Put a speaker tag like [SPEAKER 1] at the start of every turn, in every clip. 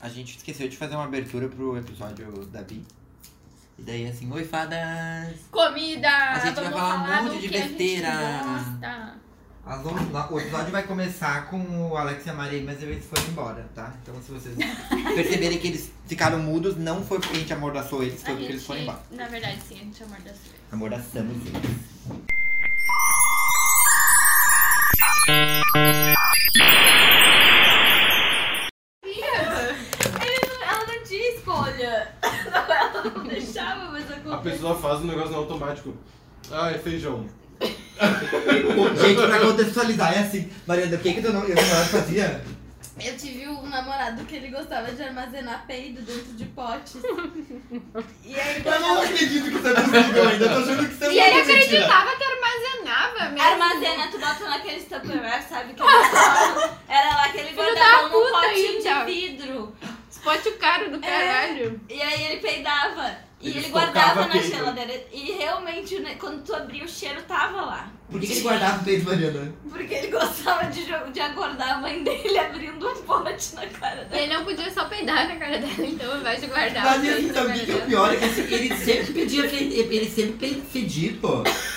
[SPEAKER 1] A gente esqueceu de fazer uma abertura pro episódio da Bi. E daí assim, oi fadas!
[SPEAKER 2] Comida!
[SPEAKER 1] A gente vai
[SPEAKER 2] Vamos
[SPEAKER 1] falar um monte
[SPEAKER 2] do
[SPEAKER 1] de
[SPEAKER 2] que a gente
[SPEAKER 1] besteira.
[SPEAKER 2] gosta.
[SPEAKER 1] Nós vamos- na- o episódio vai começar com o Alex e a Maria, mas eles foram embora, tá? Então se vocês perceberem que eles ficaram mudos, não foi porque a gente amordaçou eles, foi
[SPEAKER 2] A
[SPEAKER 1] porque eles
[SPEAKER 2] gente,
[SPEAKER 1] foram embora.
[SPEAKER 2] na verdade, sim, a gente assim. amordaçou ele.
[SPEAKER 1] Amordaçamos eles.
[SPEAKER 2] Ela não tinha escolha. Ela não deixava, mas
[SPEAKER 3] A pessoa faz um negócio no automático. Ah, é feijão.
[SPEAKER 1] Gente, pra contextualizar, é assim, Maria, o que que tu não, eu não fazia?
[SPEAKER 2] Eu tive um namorado que ele gostava de armazenar peido dentro de potes. Assim. E aí,
[SPEAKER 1] Eu não acredito que isso é possível ainda, eu tô achando que isso é
[SPEAKER 4] E ele
[SPEAKER 1] muito mentira.
[SPEAKER 4] acreditava que armazenava mesmo.
[SPEAKER 2] armazena, tu bota naqueles tupperware, sabe? Que eles falam. era lá que ele
[SPEAKER 4] Filho da
[SPEAKER 2] guardava num
[SPEAKER 4] puta
[SPEAKER 2] potinho de
[SPEAKER 4] ainda.
[SPEAKER 2] vidro.
[SPEAKER 4] Spot o cara
[SPEAKER 2] É.
[SPEAKER 4] do caralho.
[SPEAKER 2] E aí ele peidava. E
[SPEAKER 3] Ele
[SPEAKER 2] ele guardava
[SPEAKER 3] estocava
[SPEAKER 2] na
[SPEAKER 3] peido.
[SPEAKER 2] geladeira. E realmente, né, quando tu abria o cheiro, tava lá.
[SPEAKER 1] Por que, que ele guardava o peito, Mariana?
[SPEAKER 2] Porque ele gostava de, jo- de acordar a mãe dele abrindo um pote na cara
[SPEAKER 4] E
[SPEAKER 2] dele.
[SPEAKER 4] ele não podia só peidar na cara dela, então ao invés de guardar.
[SPEAKER 1] Mas
[SPEAKER 4] ele
[SPEAKER 1] ele
[SPEAKER 4] fez
[SPEAKER 1] sabe o que que é o
[SPEAKER 4] guardado.
[SPEAKER 1] pior? É que assim, ele sempre pedia, fe- ele sempre pe- pedia, pô.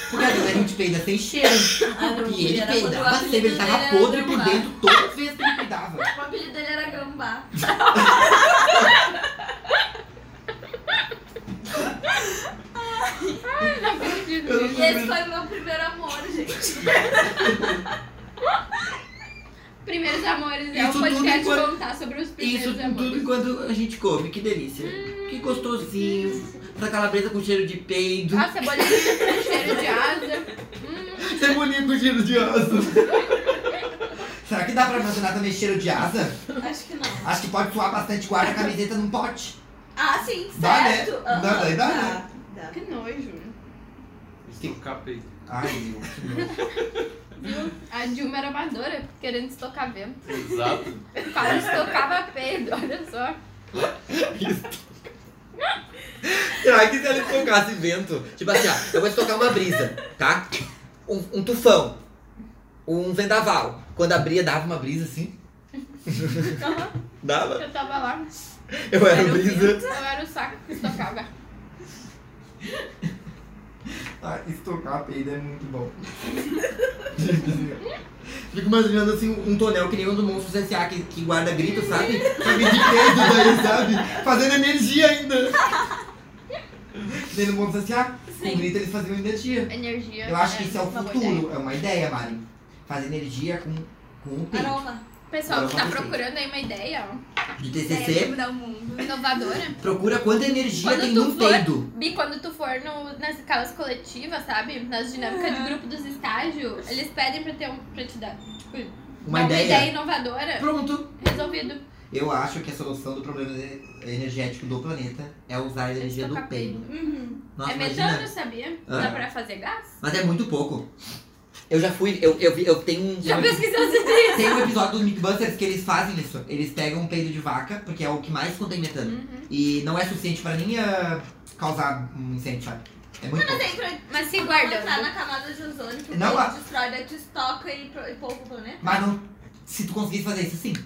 [SPEAKER 1] Porque às vezes a gente peida sem cheiro. E Ah, ele
[SPEAKER 2] era quando o
[SPEAKER 1] peidava sempre,
[SPEAKER 2] apelido
[SPEAKER 1] ele tava
[SPEAKER 2] dele era
[SPEAKER 1] podre por
[SPEAKER 2] Gambá.
[SPEAKER 1] dentro toda vez que ele peidava.
[SPEAKER 2] O apelido dele era Gambá.
[SPEAKER 4] Eu Não acredito.
[SPEAKER 1] Eu não
[SPEAKER 2] E esse foi meu primeiro amor, gente.
[SPEAKER 4] Primeiros amores é
[SPEAKER 1] Isso
[SPEAKER 4] o podcast
[SPEAKER 1] tudo enquanto-
[SPEAKER 4] contar sobre os primeiros
[SPEAKER 1] Isso
[SPEAKER 4] amores.
[SPEAKER 1] tudo enquanto a gente come, que delícia. Que gostosinho. Essa calabresa com cheiro de peido.
[SPEAKER 4] A cebolinha com cheiro de asa.
[SPEAKER 1] Cebolinha com cheiro de asa. Será que dá pra imaginar também cheiro de asa?
[SPEAKER 2] Acho que não.
[SPEAKER 1] Acho que pode suar bastante, guarda a camiseta num pote.
[SPEAKER 2] Ah, sim,
[SPEAKER 1] Dá, né?
[SPEAKER 2] certo.
[SPEAKER 1] Dá,
[SPEAKER 2] Aham, tá.
[SPEAKER 1] daí dá, né?
[SPEAKER 2] dá.
[SPEAKER 4] Que nojo.
[SPEAKER 3] Estocar peito.
[SPEAKER 1] Ai, meu. que nojo.
[SPEAKER 4] Viu? A Dilma era amadora, querendo estocar vento.
[SPEAKER 3] Exato.
[SPEAKER 4] O cara estocava peido, olha só.
[SPEAKER 5] Será é que se ele tocasse vento? Tipo assim, ó, eu vou estocar uma brisa, tá? Um, um tufão. Um vendaval. Quando abria, dava uma brisa assim. Dava?
[SPEAKER 4] Então, Eu tava lá.
[SPEAKER 5] Eu era
[SPEAKER 4] o
[SPEAKER 5] brisa.
[SPEAKER 4] vento, Eu era o saco que estocava.
[SPEAKER 1] Ah, estocar peido é muito bom. Fico imaginando assim um tonel que nem um do monstro S.A. Que, que guarda grito, sabe? Sabe de peido daí, sabe? Fazendo energia ainda. Dentro do monstro S.A. Com grito eles faziam energia.
[SPEAKER 4] Energia.
[SPEAKER 1] Eu acho que isso é o
[SPEAKER 4] uma boa ideia.
[SPEAKER 1] futuro. É uma ideia, Mari. Fazer energia com, com o peito.
[SPEAKER 2] Aroma.
[SPEAKER 4] Pessoal que tá
[SPEAKER 1] Vamos ver.
[SPEAKER 4] procurando aí uma ideia, ó.
[SPEAKER 1] De
[SPEAKER 2] Ideia de
[SPEAKER 1] TCC,
[SPEAKER 2] mudar o mundo.
[SPEAKER 4] Inovadora.
[SPEAKER 1] procura quanta energia
[SPEAKER 4] Quando
[SPEAKER 1] tem
[SPEAKER 4] tu
[SPEAKER 1] num
[SPEAKER 4] for-
[SPEAKER 1] peido.
[SPEAKER 4] Bi, quando tu for no, nas escalas coletivas, sabe? Nas dinâmicas de grupo dos estágios, eles pedem pra, ter um, pra te dar tipo,
[SPEAKER 1] Uma
[SPEAKER 4] dar
[SPEAKER 1] ideia.
[SPEAKER 4] uma ideia inovadora.
[SPEAKER 1] Pronto.
[SPEAKER 4] Resolvido.
[SPEAKER 1] Eu acho que a solução do problema e- energético do planeta é usar a energia do
[SPEAKER 4] Estocar
[SPEAKER 1] peido.
[SPEAKER 2] Uhum.
[SPEAKER 1] Nossa,
[SPEAKER 4] é
[SPEAKER 1] imagina.
[SPEAKER 4] metano, sabia?
[SPEAKER 1] Ah.
[SPEAKER 4] Dá pra fazer gás?
[SPEAKER 1] Mas é muito pouco.
[SPEAKER 5] Eu já fui, eu, eu, vi- eu tenho um.
[SPEAKER 4] Já pesquisou esse
[SPEAKER 1] Tem um episódio do Mythbusters que eles fazem isso. Eles pegam um peido de vaca, porque é o que mais contém metano.
[SPEAKER 4] Uhum.
[SPEAKER 1] E não é suficiente pra nem ah, causar um incêndio, sabe? É muito pouco.
[SPEAKER 2] Sempre
[SPEAKER 4] Mas se
[SPEAKER 2] entrar
[SPEAKER 4] guardando.
[SPEAKER 2] na camada de ozônio, que
[SPEAKER 1] Não,
[SPEAKER 2] não,
[SPEAKER 1] a-
[SPEAKER 2] destrói, daí tu estoca e, pro- e poupa o planeta.
[SPEAKER 1] Mas não, se tu conseguisse fazer isso,
[SPEAKER 5] assim,
[SPEAKER 1] sim.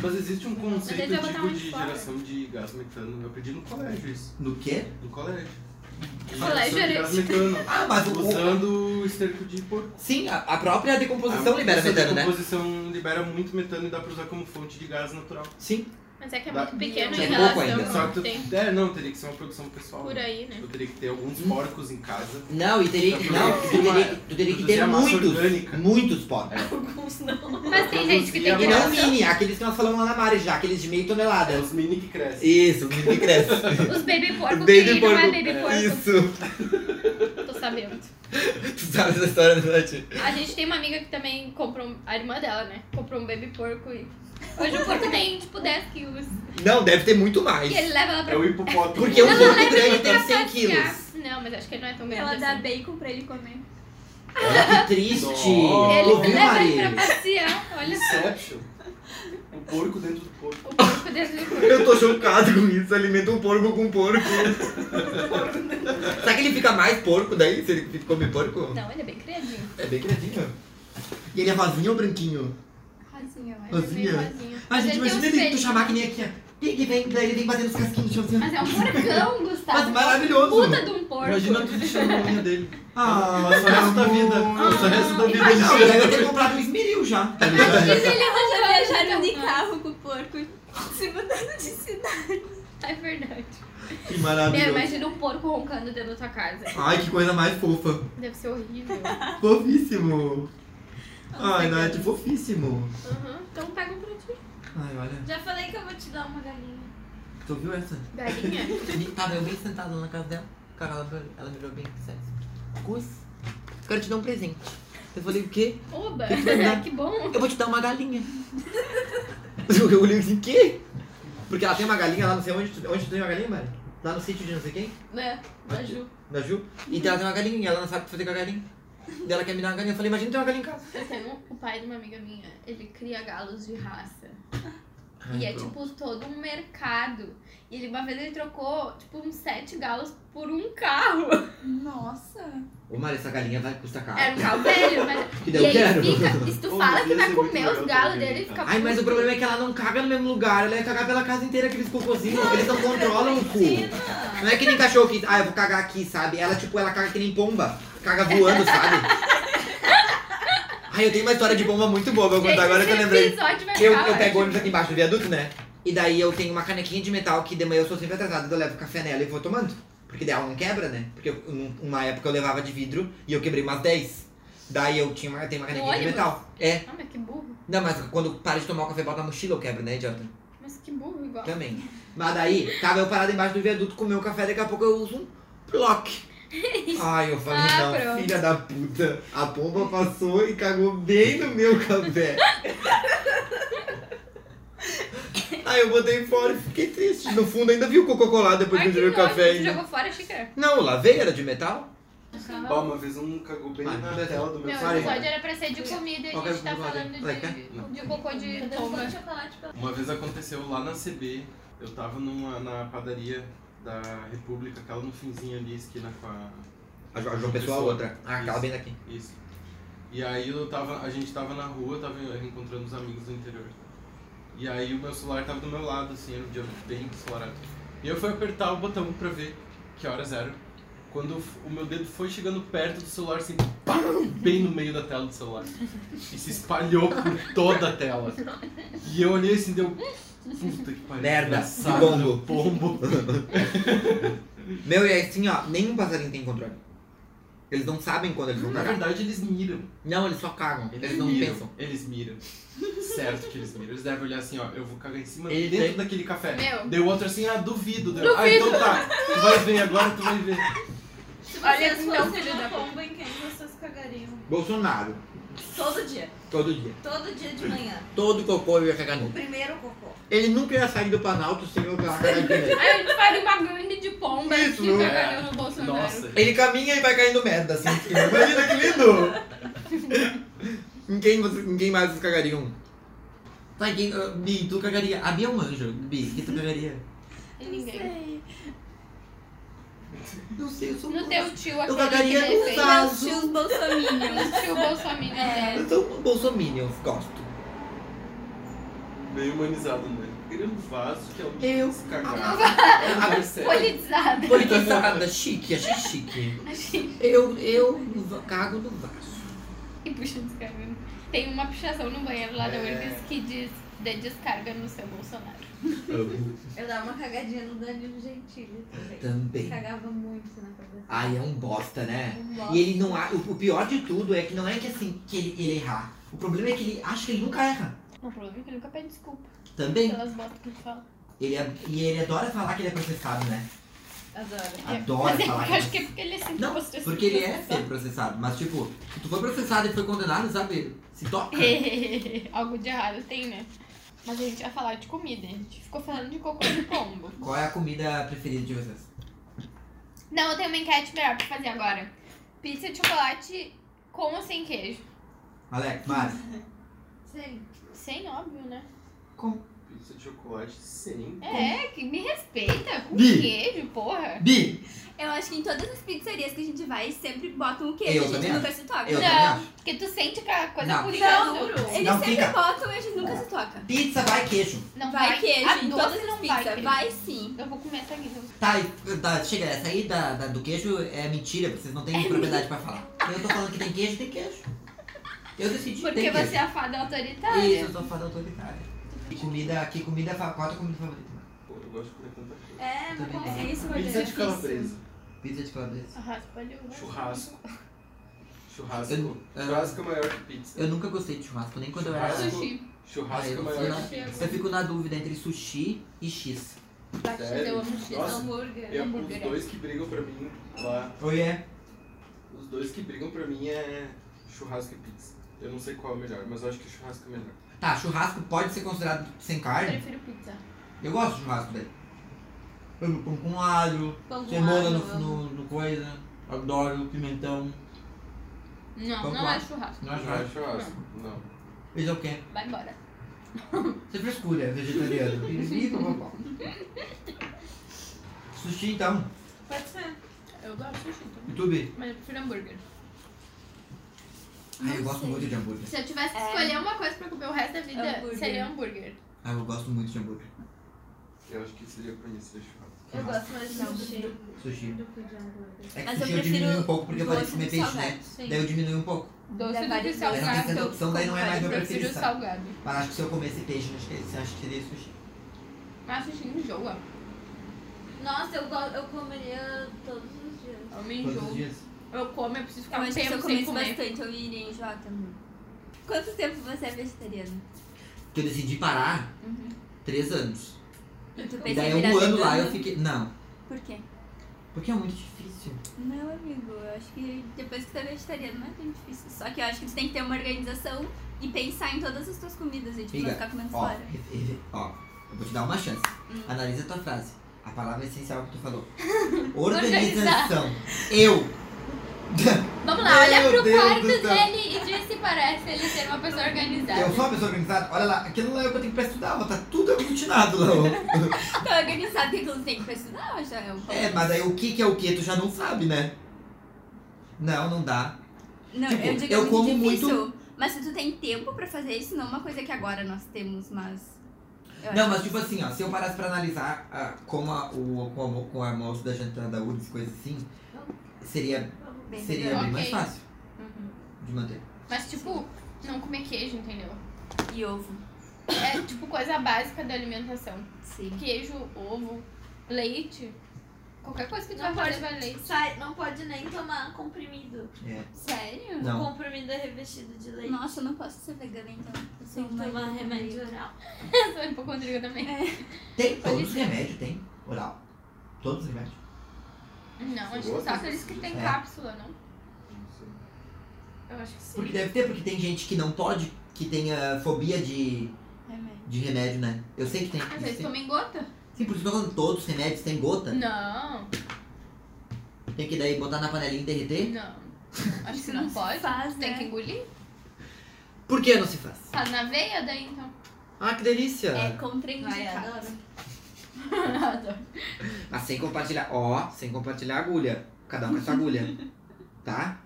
[SPEAKER 3] Mas existe um
[SPEAKER 4] Mas
[SPEAKER 3] conceito
[SPEAKER 4] ele vai botar
[SPEAKER 3] tipo
[SPEAKER 4] um
[SPEAKER 3] de
[SPEAKER 4] fora.
[SPEAKER 3] geração de gás metano. Eu aprendi no colégio isso.
[SPEAKER 1] No quê?
[SPEAKER 3] No colégio.
[SPEAKER 4] Colégio
[SPEAKER 3] Geração de
[SPEAKER 4] era
[SPEAKER 3] gás metano.
[SPEAKER 1] Ah, mas o... o-
[SPEAKER 3] Usando o esterco de porco.
[SPEAKER 5] Sim, a, a própria decomposição
[SPEAKER 3] A
[SPEAKER 5] libera
[SPEAKER 3] essa
[SPEAKER 5] metano, né?
[SPEAKER 3] decomposição libera muito metano e dá pra usar como fonte de gás natural.
[SPEAKER 5] Sim.
[SPEAKER 4] Mas é que é
[SPEAKER 3] Dá-
[SPEAKER 4] muito pequeno
[SPEAKER 5] É
[SPEAKER 4] em
[SPEAKER 5] pouco
[SPEAKER 4] relação
[SPEAKER 5] ainda.
[SPEAKER 4] ao
[SPEAKER 3] Só que
[SPEAKER 4] que
[SPEAKER 3] tu...
[SPEAKER 4] Então, tem
[SPEAKER 3] É, não, teria que ser uma produção pessoal.
[SPEAKER 4] por
[SPEAKER 3] né?
[SPEAKER 4] aí, né?
[SPEAKER 3] Eu teria que ter alguns porcos em casa.
[SPEAKER 5] Não, e teria que. Não, tu
[SPEAKER 3] Uma-
[SPEAKER 5] teria, que- tu teria que
[SPEAKER 3] produzir
[SPEAKER 5] ter
[SPEAKER 3] a massa
[SPEAKER 5] muitos.
[SPEAKER 3] orgânica.
[SPEAKER 5] Muitos potes.
[SPEAKER 2] Alguns não.
[SPEAKER 4] Mas tem gente que tem
[SPEAKER 5] E
[SPEAKER 4] que
[SPEAKER 5] não mini, aqueles que nós falamos lá na Mari já, aqueles de meio
[SPEAKER 3] É
[SPEAKER 5] tonelada.
[SPEAKER 3] os mini que crescem.
[SPEAKER 5] Isso, os mini cresce.
[SPEAKER 4] Os baby porco
[SPEAKER 5] Baby
[SPEAKER 4] que não é
[SPEAKER 5] porco.
[SPEAKER 4] baby porco.
[SPEAKER 5] Isso.
[SPEAKER 4] Tô sabendo.
[SPEAKER 5] Tu sabe essa história, né, Nath?
[SPEAKER 4] A gente tem uma amiga que também comprou, um- a irmã dela, né? Comprou um baby porco e. Hoje o porco tem tipo 10 quilos.
[SPEAKER 5] Não, deve ter muito mais.
[SPEAKER 4] E ele leva ela pra.
[SPEAKER 3] É o hipopótamo.
[SPEAKER 5] Porque um
[SPEAKER 4] Ela
[SPEAKER 5] porco
[SPEAKER 4] leva
[SPEAKER 5] grande tem 100
[SPEAKER 4] pra passear.
[SPEAKER 5] quilos.
[SPEAKER 4] Não, mas acho que ele não é tão grande.
[SPEAKER 2] Ela dá
[SPEAKER 4] assim.
[SPEAKER 2] bacon pra ele comer.
[SPEAKER 5] Olha que triste.
[SPEAKER 3] Nossa.
[SPEAKER 4] Ele
[SPEAKER 5] Tu viu,
[SPEAKER 4] leva
[SPEAKER 5] Mari?
[SPEAKER 4] ele pra passear. Olha só.
[SPEAKER 3] Inception. O porco dentro do porco.
[SPEAKER 4] O porco dentro do porco.
[SPEAKER 5] Eu tô chocado com isso. Alimenta um porco com um porco. Será que ele fica mais porco daí? Se ele come porco?
[SPEAKER 4] Não, ele é bem criadinho.
[SPEAKER 5] É bem grandinho.
[SPEAKER 1] E ele é rosinha ou branquinho?
[SPEAKER 4] Rosinha,
[SPEAKER 1] Rosinha?
[SPEAKER 4] ele é bem rosinha.
[SPEAKER 6] Mas, gente,
[SPEAKER 4] ele tem
[SPEAKER 6] imagina
[SPEAKER 4] uns
[SPEAKER 6] ele tu
[SPEAKER 4] peitos.
[SPEAKER 6] chamar que nem aqui, ó. Quem que vem? Daí ele vem batendo os casquinhos no chão assim. ó.
[SPEAKER 4] Mas é um porcão, Gustavo.
[SPEAKER 6] Mas maravilhoso.
[SPEAKER 4] Puta de um porco.
[SPEAKER 3] Imagina tu lixando a unha dele.
[SPEAKER 6] Ah,
[SPEAKER 3] Mas só o resto da vida.
[SPEAKER 6] amor.
[SPEAKER 3] Só o resto da vida É
[SPEAKER 6] Não, ele deve ter
[SPEAKER 3] lixando.
[SPEAKER 6] comprado um esmeril já.
[SPEAKER 4] Diz ele
[SPEAKER 2] Já
[SPEAKER 4] arranjou
[SPEAKER 2] viajaram de carro com o porco, se mudando de cidade.
[SPEAKER 4] É verdade.
[SPEAKER 6] Que
[SPEAKER 4] Meu,
[SPEAKER 6] maravilhoso.
[SPEAKER 4] imagina um porco roncando dentro da tua casa.
[SPEAKER 6] Ai, que coisa mais fofa.
[SPEAKER 4] Deve ser horrível.
[SPEAKER 6] Fofíssimo. Ai, Nath, fofíssimo.
[SPEAKER 4] Uhum. Então pega um pra ti.
[SPEAKER 6] Ai, olha.
[SPEAKER 2] Já falei que eu vou te dar uma galinha.
[SPEAKER 6] Tu ouviu essa?
[SPEAKER 4] Galinha.
[SPEAKER 1] Tava eu bem sentada lá na casa dela. Cara, ela, me- ela me olhou bem sério. Cus, quero te dar um presente. Eu falei, o quê?
[SPEAKER 4] Oba.
[SPEAKER 1] né?
[SPEAKER 4] É, que bom.
[SPEAKER 1] Eu vou te dar uma galinha. eu olhei assim, quê? Porque ela tem uma galinha lá, não sei onde tu, onde tu tem uma galinha, Mari? Lá no sítio de não sei quem?
[SPEAKER 4] Né? Da Ju.
[SPEAKER 1] Da Ju? Então ela tem uma galinha e ela não sabe o que fazer com a galinha. Daí ela quer me dar uma galinha. Eu falei, imagina ter uma galinha em casa.
[SPEAKER 4] Eu tenho um- o pai de uma amiga minha, ele cria galos de raça.
[SPEAKER 1] Ah,
[SPEAKER 4] e é
[SPEAKER 1] então.
[SPEAKER 4] tipo todo um mercado. E ele, uma vez ele trocou, tipo, uns sete galos por um carro.
[SPEAKER 2] Nossa.
[SPEAKER 1] Ô Mari, essa galinha vai custar caro.
[SPEAKER 4] Era um carro velho, mas.
[SPEAKER 1] Ah. Que
[SPEAKER 4] E
[SPEAKER 1] daí eu
[SPEAKER 4] aí
[SPEAKER 1] quero.
[SPEAKER 4] fica. E se tu
[SPEAKER 3] Ô,
[SPEAKER 4] fala
[SPEAKER 3] mas
[SPEAKER 4] que vai
[SPEAKER 3] esse é muito
[SPEAKER 4] comer
[SPEAKER 3] legal
[SPEAKER 4] os
[SPEAKER 3] também,
[SPEAKER 4] galos
[SPEAKER 3] cara.
[SPEAKER 4] dele, ele fica.
[SPEAKER 1] Ai, mas o problema é que ela não caga no mesmo lugar, ela ia cagar pela casa inteira, aqueles cocôzinhos, eles não controlam o cu. Não é que nem cachorro que, ah, eu vou cagar aqui, sabe? Ela, tipo, ela caga que nem pomba, caga voando, sabe? Ai, eu tenho uma história de bomba muito boa, vou contar agora que eu lembrei. Eu, eu pego o ônibus aqui embaixo do viaduto, né? E daí eu tenho uma canequinha de metal que de manhã eu sou sempre atrasado, então eu levo café nela e vou tomando. Porque daí ela não quebra, né? Porque eu- num- uma época eu levava de vidro e eu quebrei umas 10. Daí eu tinha uma, eu tenho uma canequinha de
[SPEAKER 4] ônibus?
[SPEAKER 1] metal. É.
[SPEAKER 4] Ah, mas que burro.
[SPEAKER 1] Não, mas quando para de tomar o café, bota na mochila, eu quebro, né, idiota?
[SPEAKER 4] Mas que burro igual.
[SPEAKER 1] Também. Mas daí, tava eu parado embaixo do viaduto, comer o café, daqui a pouco eu uso um block. Ai, eu falei,
[SPEAKER 4] Ah,
[SPEAKER 1] não,
[SPEAKER 4] pronto.
[SPEAKER 1] filha da puta. A pomba passou e cagou bem no meu café. Aí eu botei fora e fiquei triste. No fundo ainda vi o cocô colado depois que eu tirei o café. né?
[SPEAKER 4] Tu
[SPEAKER 1] ainda.
[SPEAKER 4] jogou fora a xícara.
[SPEAKER 1] Não, eu lavei, era de metal.
[SPEAKER 3] Ó, uma vez um cagou bem
[SPEAKER 1] Vai, vai.
[SPEAKER 3] na tela do
[SPEAKER 4] Meu,
[SPEAKER 3] meu
[SPEAKER 4] o
[SPEAKER 1] Vai.
[SPEAKER 4] episódio
[SPEAKER 3] celular.
[SPEAKER 4] era pra ser de comida e a
[SPEAKER 1] Qualquer
[SPEAKER 4] gente tá
[SPEAKER 1] coisa,
[SPEAKER 4] falando
[SPEAKER 1] é vai, quer?
[SPEAKER 4] de, de cocô de
[SPEAKER 2] um
[SPEAKER 4] pomba.
[SPEAKER 3] Uma vez aconteceu lá na CB, eu tava numa, na padaria da República, aquela no finzinho ali, esquina com a.
[SPEAKER 1] A Jo- a João Pessoa, a outra. Ah, aquela bem daqui.
[SPEAKER 3] Isso. E aí eu tava, a gente tava na rua, tava encontrando os amigos do interior. E aí o meu celular tava do meu lado, assim, era um dia bem ensolarado. E eu fui apertar o botão pra ver que horas eram. Quando f- o meu dedo foi chegando perto do celular, assim, pá, bem no meio da tela do celular. E se espalhou por toda a tela. E eu olhei assim, deu. Puta que pariu.
[SPEAKER 1] Merda,
[SPEAKER 3] desgraçado,
[SPEAKER 1] pombo.
[SPEAKER 3] pombo.
[SPEAKER 1] Meu, e assim, ó, nenhum passarinho tem controle. Eles não sabem quando eles vão
[SPEAKER 3] Na
[SPEAKER 1] cagar.
[SPEAKER 3] verdade, eles miram.
[SPEAKER 1] Não, eles só cagam. Eles não
[SPEAKER 3] miram,
[SPEAKER 1] pensam.
[SPEAKER 3] Eles miram. Certo que eles miram. Eles devem olhar assim, ó, eu vou cagar em cima
[SPEAKER 1] Ele
[SPEAKER 3] dentro
[SPEAKER 1] tem-
[SPEAKER 3] daquele café.
[SPEAKER 4] Meu.
[SPEAKER 3] Deu outro assim, ah, duvido. Deu. Ah, então tá. Tu vai ver agora, tu vai ver.
[SPEAKER 2] Se
[SPEAKER 4] Olha
[SPEAKER 2] vocês
[SPEAKER 4] que não,
[SPEAKER 2] fossem
[SPEAKER 4] filho
[SPEAKER 2] uma
[SPEAKER 4] da puta.
[SPEAKER 2] pomba, em quem vocês cagariam?
[SPEAKER 1] Bolsonaro,
[SPEAKER 2] Todo dia.
[SPEAKER 1] todo dia.
[SPEAKER 2] Todo dia de manhã.
[SPEAKER 1] Todo cocô eu ia cagar
[SPEAKER 2] O
[SPEAKER 1] nele.
[SPEAKER 2] primeiro cocô.
[SPEAKER 1] Ele nunca ia sair do Planalto sem eu cagar nele.
[SPEAKER 4] Aí a gente faz uma gangue de pomba e
[SPEAKER 1] Isso,
[SPEAKER 4] fica
[SPEAKER 1] é.
[SPEAKER 4] cagando no Bolsonaro.
[SPEAKER 3] Nossa.
[SPEAKER 1] Ele caminha e vai caindo merda, assim. Imagina que lindo! em, quem vocês, em quem mais vocês cagariam? Tá, em quem, ah, Bi, tu cagaria. A Bi é um anjo. Bi, que tu cagaria?
[SPEAKER 4] E ninguém.
[SPEAKER 1] Não sei, eu sou um
[SPEAKER 4] No teu tio aquele
[SPEAKER 1] Eu cagaria
[SPEAKER 4] que
[SPEAKER 1] no
[SPEAKER 4] defende.
[SPEAKER 1] vaso.
[SPEAKER 4] No tio Bolsonaro. né?
[SPEAKER 1] Eu sou um bolsominion, gosto.
[SPEAKER 3] Meio humanizado, né? Ele é um vaso que é um
[SPEAKER 1] Eu.
[SPEAKER 3] se cagar. É um lugar sério.
[SPEAKER 4] Politizada.
[SPEAKER 1] Politizada, é chique, achei chique. Eu, eu va- cago no vaso.
[SPEAKER 4] E puxa descarga. Tem uma puxação no banheiro lá
[SPEAKER 1] É.
[SPEAKER 4] da URGS que diz dê descarga no seu Bolsonaro.
[SPEAKER 2] Eu dava uma cagadinha no Danilo Gentili também.
[SPEAKER 1] Também.
[SPEAKER 2] Cagava muito na cabeça.
[SPEAKER 1] Ai, é um bosta, né?
[SPEAKER 2] Um bosta.
[SPEAKER 1] E ele não a- o, o pior de tudo é que não é que assim que ele, ele errar. O problema é que ele acha que ele nunca erra.
[SPEAKER 4] O problema é que ele nunca pede desculpa
[SPEAKER 1] Também.
[SPEAKER 4] pelas botas que ele fala.
[SPEAKER 1] Ele é- e ele adora falar que ele é processado, né?
[SPEAKER 2] Adoro.
[SPEAKER 1] Adora
[SPEAKER 4] Mas é
[SPEAKER 1] falar
[SPEAKER 4] porque eu acho
[SPEAKER 1] que
[SPEAKER 4] que é porque ele é sempre
[SPEAKER 1] Não,
[SPEAKER 4] gostoso.
[SPEAKER 1] porque ele é ser processado. Mas tipo, se tu foi processado e foi condenado, sabe? Se toca.
[SPEAKER 4] É. Algo de errado tem, né? Mas a gente vai falar de comida. A gente ficou falando de cocô de pombo.
[SPEAKER 1] Qual é a comida preferida de vocês?
[SPEAKER 4] Não, eu tenho uma enquete melhor pra fazer agora. Pizza de chocolate com ou sem queijo?
[SPEAKER 1] Alex, Mari.
[SPEAKER 2] Sim.
[SPEAKER 4] Sem, óbvio, né?
[SPEAKER 1] Com.
[SPEAKER 3] Pizza de chocolate sem.
[SPEAKER 4] É, que me É, respeita. Com
[SPEAKER 1] Bi.
[SPEAKER 4] queijo, porra.
[SPEAKER 1] Bi,
[SPEAKER 7] Eu acho que em todas as pizzarias que a gente vai, sempre botam o
[SPEAKER 1] Eu
[SPEAKER 7] queijo, a gente
[SPEAKER 1] também
[SPEAKER 7] nunca se toca.
[SPEAKER 1] Eu também
[SPEAKER 4] Não,
[SPEAKER 1] acho.
[SPEAKER 4] porque tu sente que a coisa
[SPEAKER 1] Não.
[SPEAKER 4] não.
[SPEAKER 7] Não.
[SPEAKER 4] duro.
[SPEAKER 7] Eles
[SPEAKER 1] Não
[SPEAKER 7] sempre
[SPEAKER 1] fica.
[SPEAKER 7] botam e a gente nunca se toca.
[SPEAKER 1] Pizza vai queijo.
[SPEAKER 4] Não
[SPEAKER 7] Vai, queijo,
[SPEAKER 4] A
[SPEAKER 7] em
[SPEAKER 4] doce
[SPEAKER 7] todas as
[SPEAKER 4] não vai,
[SPEAKER 7] pizzas.
[SPEAKER 4] queijo.
[SPEAKER 7] Vai sim.
[SPEAKER 4] Eu vou comer essa aqui. doce.
[SPEAKER 1] Tá, e- tá, chega, essa aí da, da- do queijo é mentira, porque vocês não têm propriedade pra falar. Eu tô falando que tem queijo, tem queijo. Eu decidi.
[SPEAKER 4] Porque
[SPEAKER 1] tem
[SPEAKER 4] você é
[SPEAKER 1] queijo.
[SPEAKER 4] a fada autoritária.
[SPEAKER 1] Isso, eu sou fada autoritária. Comida, que comida, fa- qual a tua comida favorita?
[SPEAKER 3] Pô, eu gosto de comer tanta coisa.
[SPEAKER 7] É,
[SPEAKER 1] Também
[SPEAKER 7] não
[SPEAKER 1] tem.
[SPEAKER 7] consigo escolher.
[SPEAKER 3] Pizza de
[SPEAKER 7] Difícil.
[SPEAKER 3] calabresa.
[SPEAKER 1] Pizza de calabresa.
[SPEAKER 4] Raspa ali o
[SPEAKER 3] Churrasco. Churrasco.
[SPEAKER 1] Eu- eu-
[SPEAKER 3] Churrasco é maior que pizza.
[SPEAKER 1] Eu nunca gostei de churrasco, nem quando eu era.
[SPEAKER 3] Churrasco. é
[SPEAKER 4] Sushi.
[SPEAKER 1] Ah,
[SPEAKER 3] Churrasco é
[SPEAKER 1] eu,
[SPEAKER 3] maior que
[SPEAKER 1] fico
[SPEAKER 4] que
[SPEAKER 1] na,
[SPEAKER 4] pizza.
[SPEAKER 1] eu fico na dúvida entre sushi e X.
[SPEAKER 2] Tá
[SPEAKER 4] Batida, eu amo
[SPEAKER 3] Sério?
[SPEAKER 4] X.
[SPEAKER 3] Nossa.
[SPEAKER 4] Hambúrguer.
[SPEAKER 3] E é
[SPEAKER 4] hambúrguer.
[SPEAKER 3] os dois que brigam pra mim lá,
[SPEAKER 1] Oi, é?
[SPEAKER 3] os dois que brigam pra mim é churrasco e pizza. Eu não sei qual é o melhor, mas eu acho que churrasco é melhor.
[SPEAKER 1] Tá, churrasco pode ser considerado sem
[SPEAKER 4] Eu
[SPEAKER 1] carne?
[SPEAKER 4] prefiro pizza.
[SPEAKER 1] Eu gosto de churrasco daí. Eu pão com alho,
[SPEAKER 4] Pão com
[SPEAKER 1] cebola
[SPEAKER 4] alho.
[SPEAKER 1] no, no, no coisa, adoro pimentão.
[SPEAKER 4] Não,
[SPEAKER 1] pão
[SPEAKER 4] não
[SPEAKER 1] com
[SPEAKER 4] é
[SPEAKER 1] alho.
[SPEAKER 4] churrasco.
[SPEAKER 1] Não é
[SPEAKER 3] Não é
[SPEAKER 1] churrasco.
[SPEAKER 3] churrasco, não.
[SPEAKER 1] Isso é o quê?
[SPEAKER 4] Vai embora.
[SPEAKER 1] Isso é frescura, vegetariano. Ih, pá, pá, pá. Sushi então,
[SPEAKER 4] Pode ser. Eu gosto de sushi então. também.
[SPEAKER 1] YouTube.
[SPEAKER 4] Mas eu prefiro hambúrguer.
[SPEAKER 1] Ai, eu gosto muito de hambúrguer.
[SPEAKER 4] Se eu tivesse que
[SPEAKER 7] É.
[SPEAKER 4] escolher uma coisa pra comer o resto da vida,
[SPEAKER 7] Hambúrguer.
[SPEAKER 4] seria hambúrguer.
[SPEAKER 1] Ai, eu gosto muito de hambúrguer.
[SPEAKER 3] Eu acho que seria pra mim seria churrasco.
[SPEAKER 7] Eu gosto mais de sushi.
[SPEAKER 1] Sushi. É que
[SPEAKER 7] Mas eu
[SPEAKER 1] sushi eu
[SPEAKER 7] prefiro
[SPEAKER 1] diminui um pouco porque eu parei de
[SPEAKER 7] doce
[SPEAKER 1] comer
[SPEAKER 7] do
[SPEAKER 1] peixe,
[SPEAKER 7] salgado,
[SPEAKER 1] né?
[SPEAKER 7] sim.
[SPEAKER 1] Daí eu diminui um pouco.
[SPEAKER 4] Doce do que
[SPEAKER 7] vários doces.
[SPEAKER 1] Mas não tem
[SPEAKER 4] salgado.
[SPEAKER 1] tanta opção, daí não é mais
[SPEAKER 4] eu
[SPEAKER 1] meu
[SPEAKER 4] prefiro
[SPEAKER 1] preferido. sabe?
[SPEAKER 4] salgado.
[SPEAKER 1] Mas acho que se eu comesse peixe, acho que, acho que seria sushi.
[SPEAKER 4] Mas um sushi enjoa.
[SPEAKER 7] Nossa, eu, go- eu comeria todos os dias.
[SPEAKER 4] Eu me
[SPEAKER 1] Todos os
[SPEAKER 4] enjoo.
[SPEAKER 1] dias.
[SPEAKER 4] Eu como, eu preciso ficar
[SPEAKER 7] Eu
[SPEAKER 4] um
[SPEAKER 7] acho que se
[SPEAKER 4] tempo
[SPEAKER 7] eu
[SPEAKER 4] sem
[SPEAKER 7] comesse
[SPEAKER 4] comer.
[SPEAKER 7] bastante, eu iria enjoar também. Quanto tempo você é vegetariano?
[SPEAKER 1] Que eu decidi parar,
[SPEAKER 4] Uhum.
[SPEAKER 1] três anos.
[SPEAKER 7] E tu
[SPEAKER 1] E
[SPEAKER 7] pensa
[SPEAKER 1] daí
[SPEAKER 7] em
[SPEAKER 1] um
[SPEAKER 7] virar
[SPEAKER 1] ano lá eu
[SPEAKER 7] vegano?
[SPEAKER 1] fiquei. Não,
[SPEAKER 7] Por quê?
[SPEAKER 1] porque é muito difícil.
[SPEAKER 7] Não, amigo, eu acho que depois que tu é vegetariano não é tão difícil. Só que eu acho que tu tem que ter uma organização e pensar em todas as tuas comidas e tipo, não
[SPEAKER 1] Miga,
[SPEAKER 7] ficar comendo
[SPEAKER 1] Ó,
[SPEAKER 7] fora.
[SPEAKER 1] re- re- ó, eu vou te dar uma chance.
[SPEAKER 7] Hum.
[SPEAKER 1] Analisa a tua frase. A palavra é essencial que tu falou. Organização. Eu.
[SPEAKER 4] Vamos lá, olha
[SPEAKER 1] Meu
[SPEAKER 4] pro
[SPEAKER 1] Deus
[SPEAKER 4] quarto
[SPEAKER 1] do céu.
[SPEAKER 4] dele e diz se parece ele ser uma pessoa organizada.
[SPEAKER 1] Eu sou uma pessoa organizada. Olha lá, aquilo lá é o que eu tenho pra estudar, ó, tá tudo aglutinado lá. ó.
[SPEAKER 7] Tá organizado que tu tem que estudar, já é um pouco.
[SPEAKER 1] É, mas aí o que que é o que tu já não sabe, né? Não, não dá.
[SPEAKER 7] Não,
[SPEAKER 1] tipo,
[SPEAKER 7] eu digo
[SPEAKER 1] eu
[SPEAKER 7] é muito
[SPEAKER 1] como
[SPEAKER 7] difícil. Mas se tu tem tempo pra fazer isso, não é uma coisa que agora nós temos, mas. eu
[SPEAKER 1] Não,
[SPEAKER 7] acho
[SPEAKER 1] mas
[SPEAKER 7] que-
[SPEAKER 1] tipo assim, ó, se eu parasse pra analisar ah, como a, o, com, a, mo- com a almoço da janta da URGS, coisa assim, seria,
[SPEAKER 7] Bem
[SPEAKER 1] seria
[SPEAKER 7] melhor.
[SPEAKER 1] bem mais
[SPEAKER 4] Ok.
[SPEAKER 1] fácil
[SPEAKER 7] Uhum.
[SPEAKER 1] de manter.
[SPEAKER 4] Mas tipo, não comer queijo, entendeu?
[SPEAKER 7] E ovo.
[SPEAKER 4] É tipo coisa básica da alimentação.
[SPEAKER 7] Sim.
[SPEAKER 4] Queijo, ovo, leite. Qualquer coisa que tu
[SPEAKER 2] Não
[SPEAKER 4] vai fazer
[SPEAKER 2] pode.
[SPEAKER 4] vai leite.
[SPEAKER 2] Sai, não pode nem tomar comprimido.
[SPEAKER 1] É.
[SPEAKER 4] Sério?
[SPEAKER 1] Não.
[SPEAKER 2] Comprimido é revestido de leite.
[SPEAKER 7] Nossa, eu não posso ser vegana então. Eu
[SPEAKER 2] Tem
[SPEAKER 7] sou
[SPEAKER 2] que
[SPEAKER 7] uma
[SPEAKER 2] tomar
[SPEAKER 7] hipocondríaca.
[SPEAKER 2] remédio oral.
[SPEAKER 4] Eu sou hipocondríaca também.
[SPEAKER 1] Tem
[SPEAKER 4] Pode
[SPEAKER 1] todos os
[SPEAKER 4] ser.
[SPEAKER 1] remédios, tem. Oral. Todos os remédios.
[SPEAKER 4] Não, acho que
[SPEAKER 3] Gosta
[SPEAKER 4] só aqueles que tem
[SPEAKER 1] É.
[SPEAKER 4] cápsula, não?
[SPEAKER 3] Não sei.
[SPEAKER 4] Eu acho que sim.
[SPEAKER 1] Porque deve ter, porque tem gente que não pode, que tem ah, fobia de,
[SPEAKER 7] Remédio.
[SPEAKER 1] de remédio, né? Eu sei que tem.
[SPEAKER 4] Às
[SPEAKER 1] isso é
[SPEAKER 4] vezes
[SPEAKER 1] tem.
[SPEAKER 4] comem gota.
[SPEAKER 1] Sim, por isso que eu tô falando todos os remédios tem gota.
[SPEAKER 4] Hum. Não,
[SPEAKER 1] Tem que daí botar na panelinha e derreter.
[SPEAKER 4] não. Acho que
[SPEAKER 7] Isso
[SPEAKER 4] não
[SPEAKER 7] se
[SPEAKER 4] pode.
[SPEAKER 7] Faz,
[SPEAKER 4] Tem
[SPEAKER 7] né?
[SPEAKER 4] que engolir.
[SPEAKER 1] Por que não se faz?
[SPEAKER 4] Tá na veia daí, então.
[SPEAKER 1] Ah, que delícia!
[SPEAKER 7] É
[SPEAKER 2] Vai,
[SPEAKER 7] contraindicado.
[SPEAKER 2] adoro.
[SPEAKER 4] Adoro.
[SPEAKER 1] Mas sem compartilhar, ó, sem compartilhar a agulha. Cada um com a sua agulha. tá?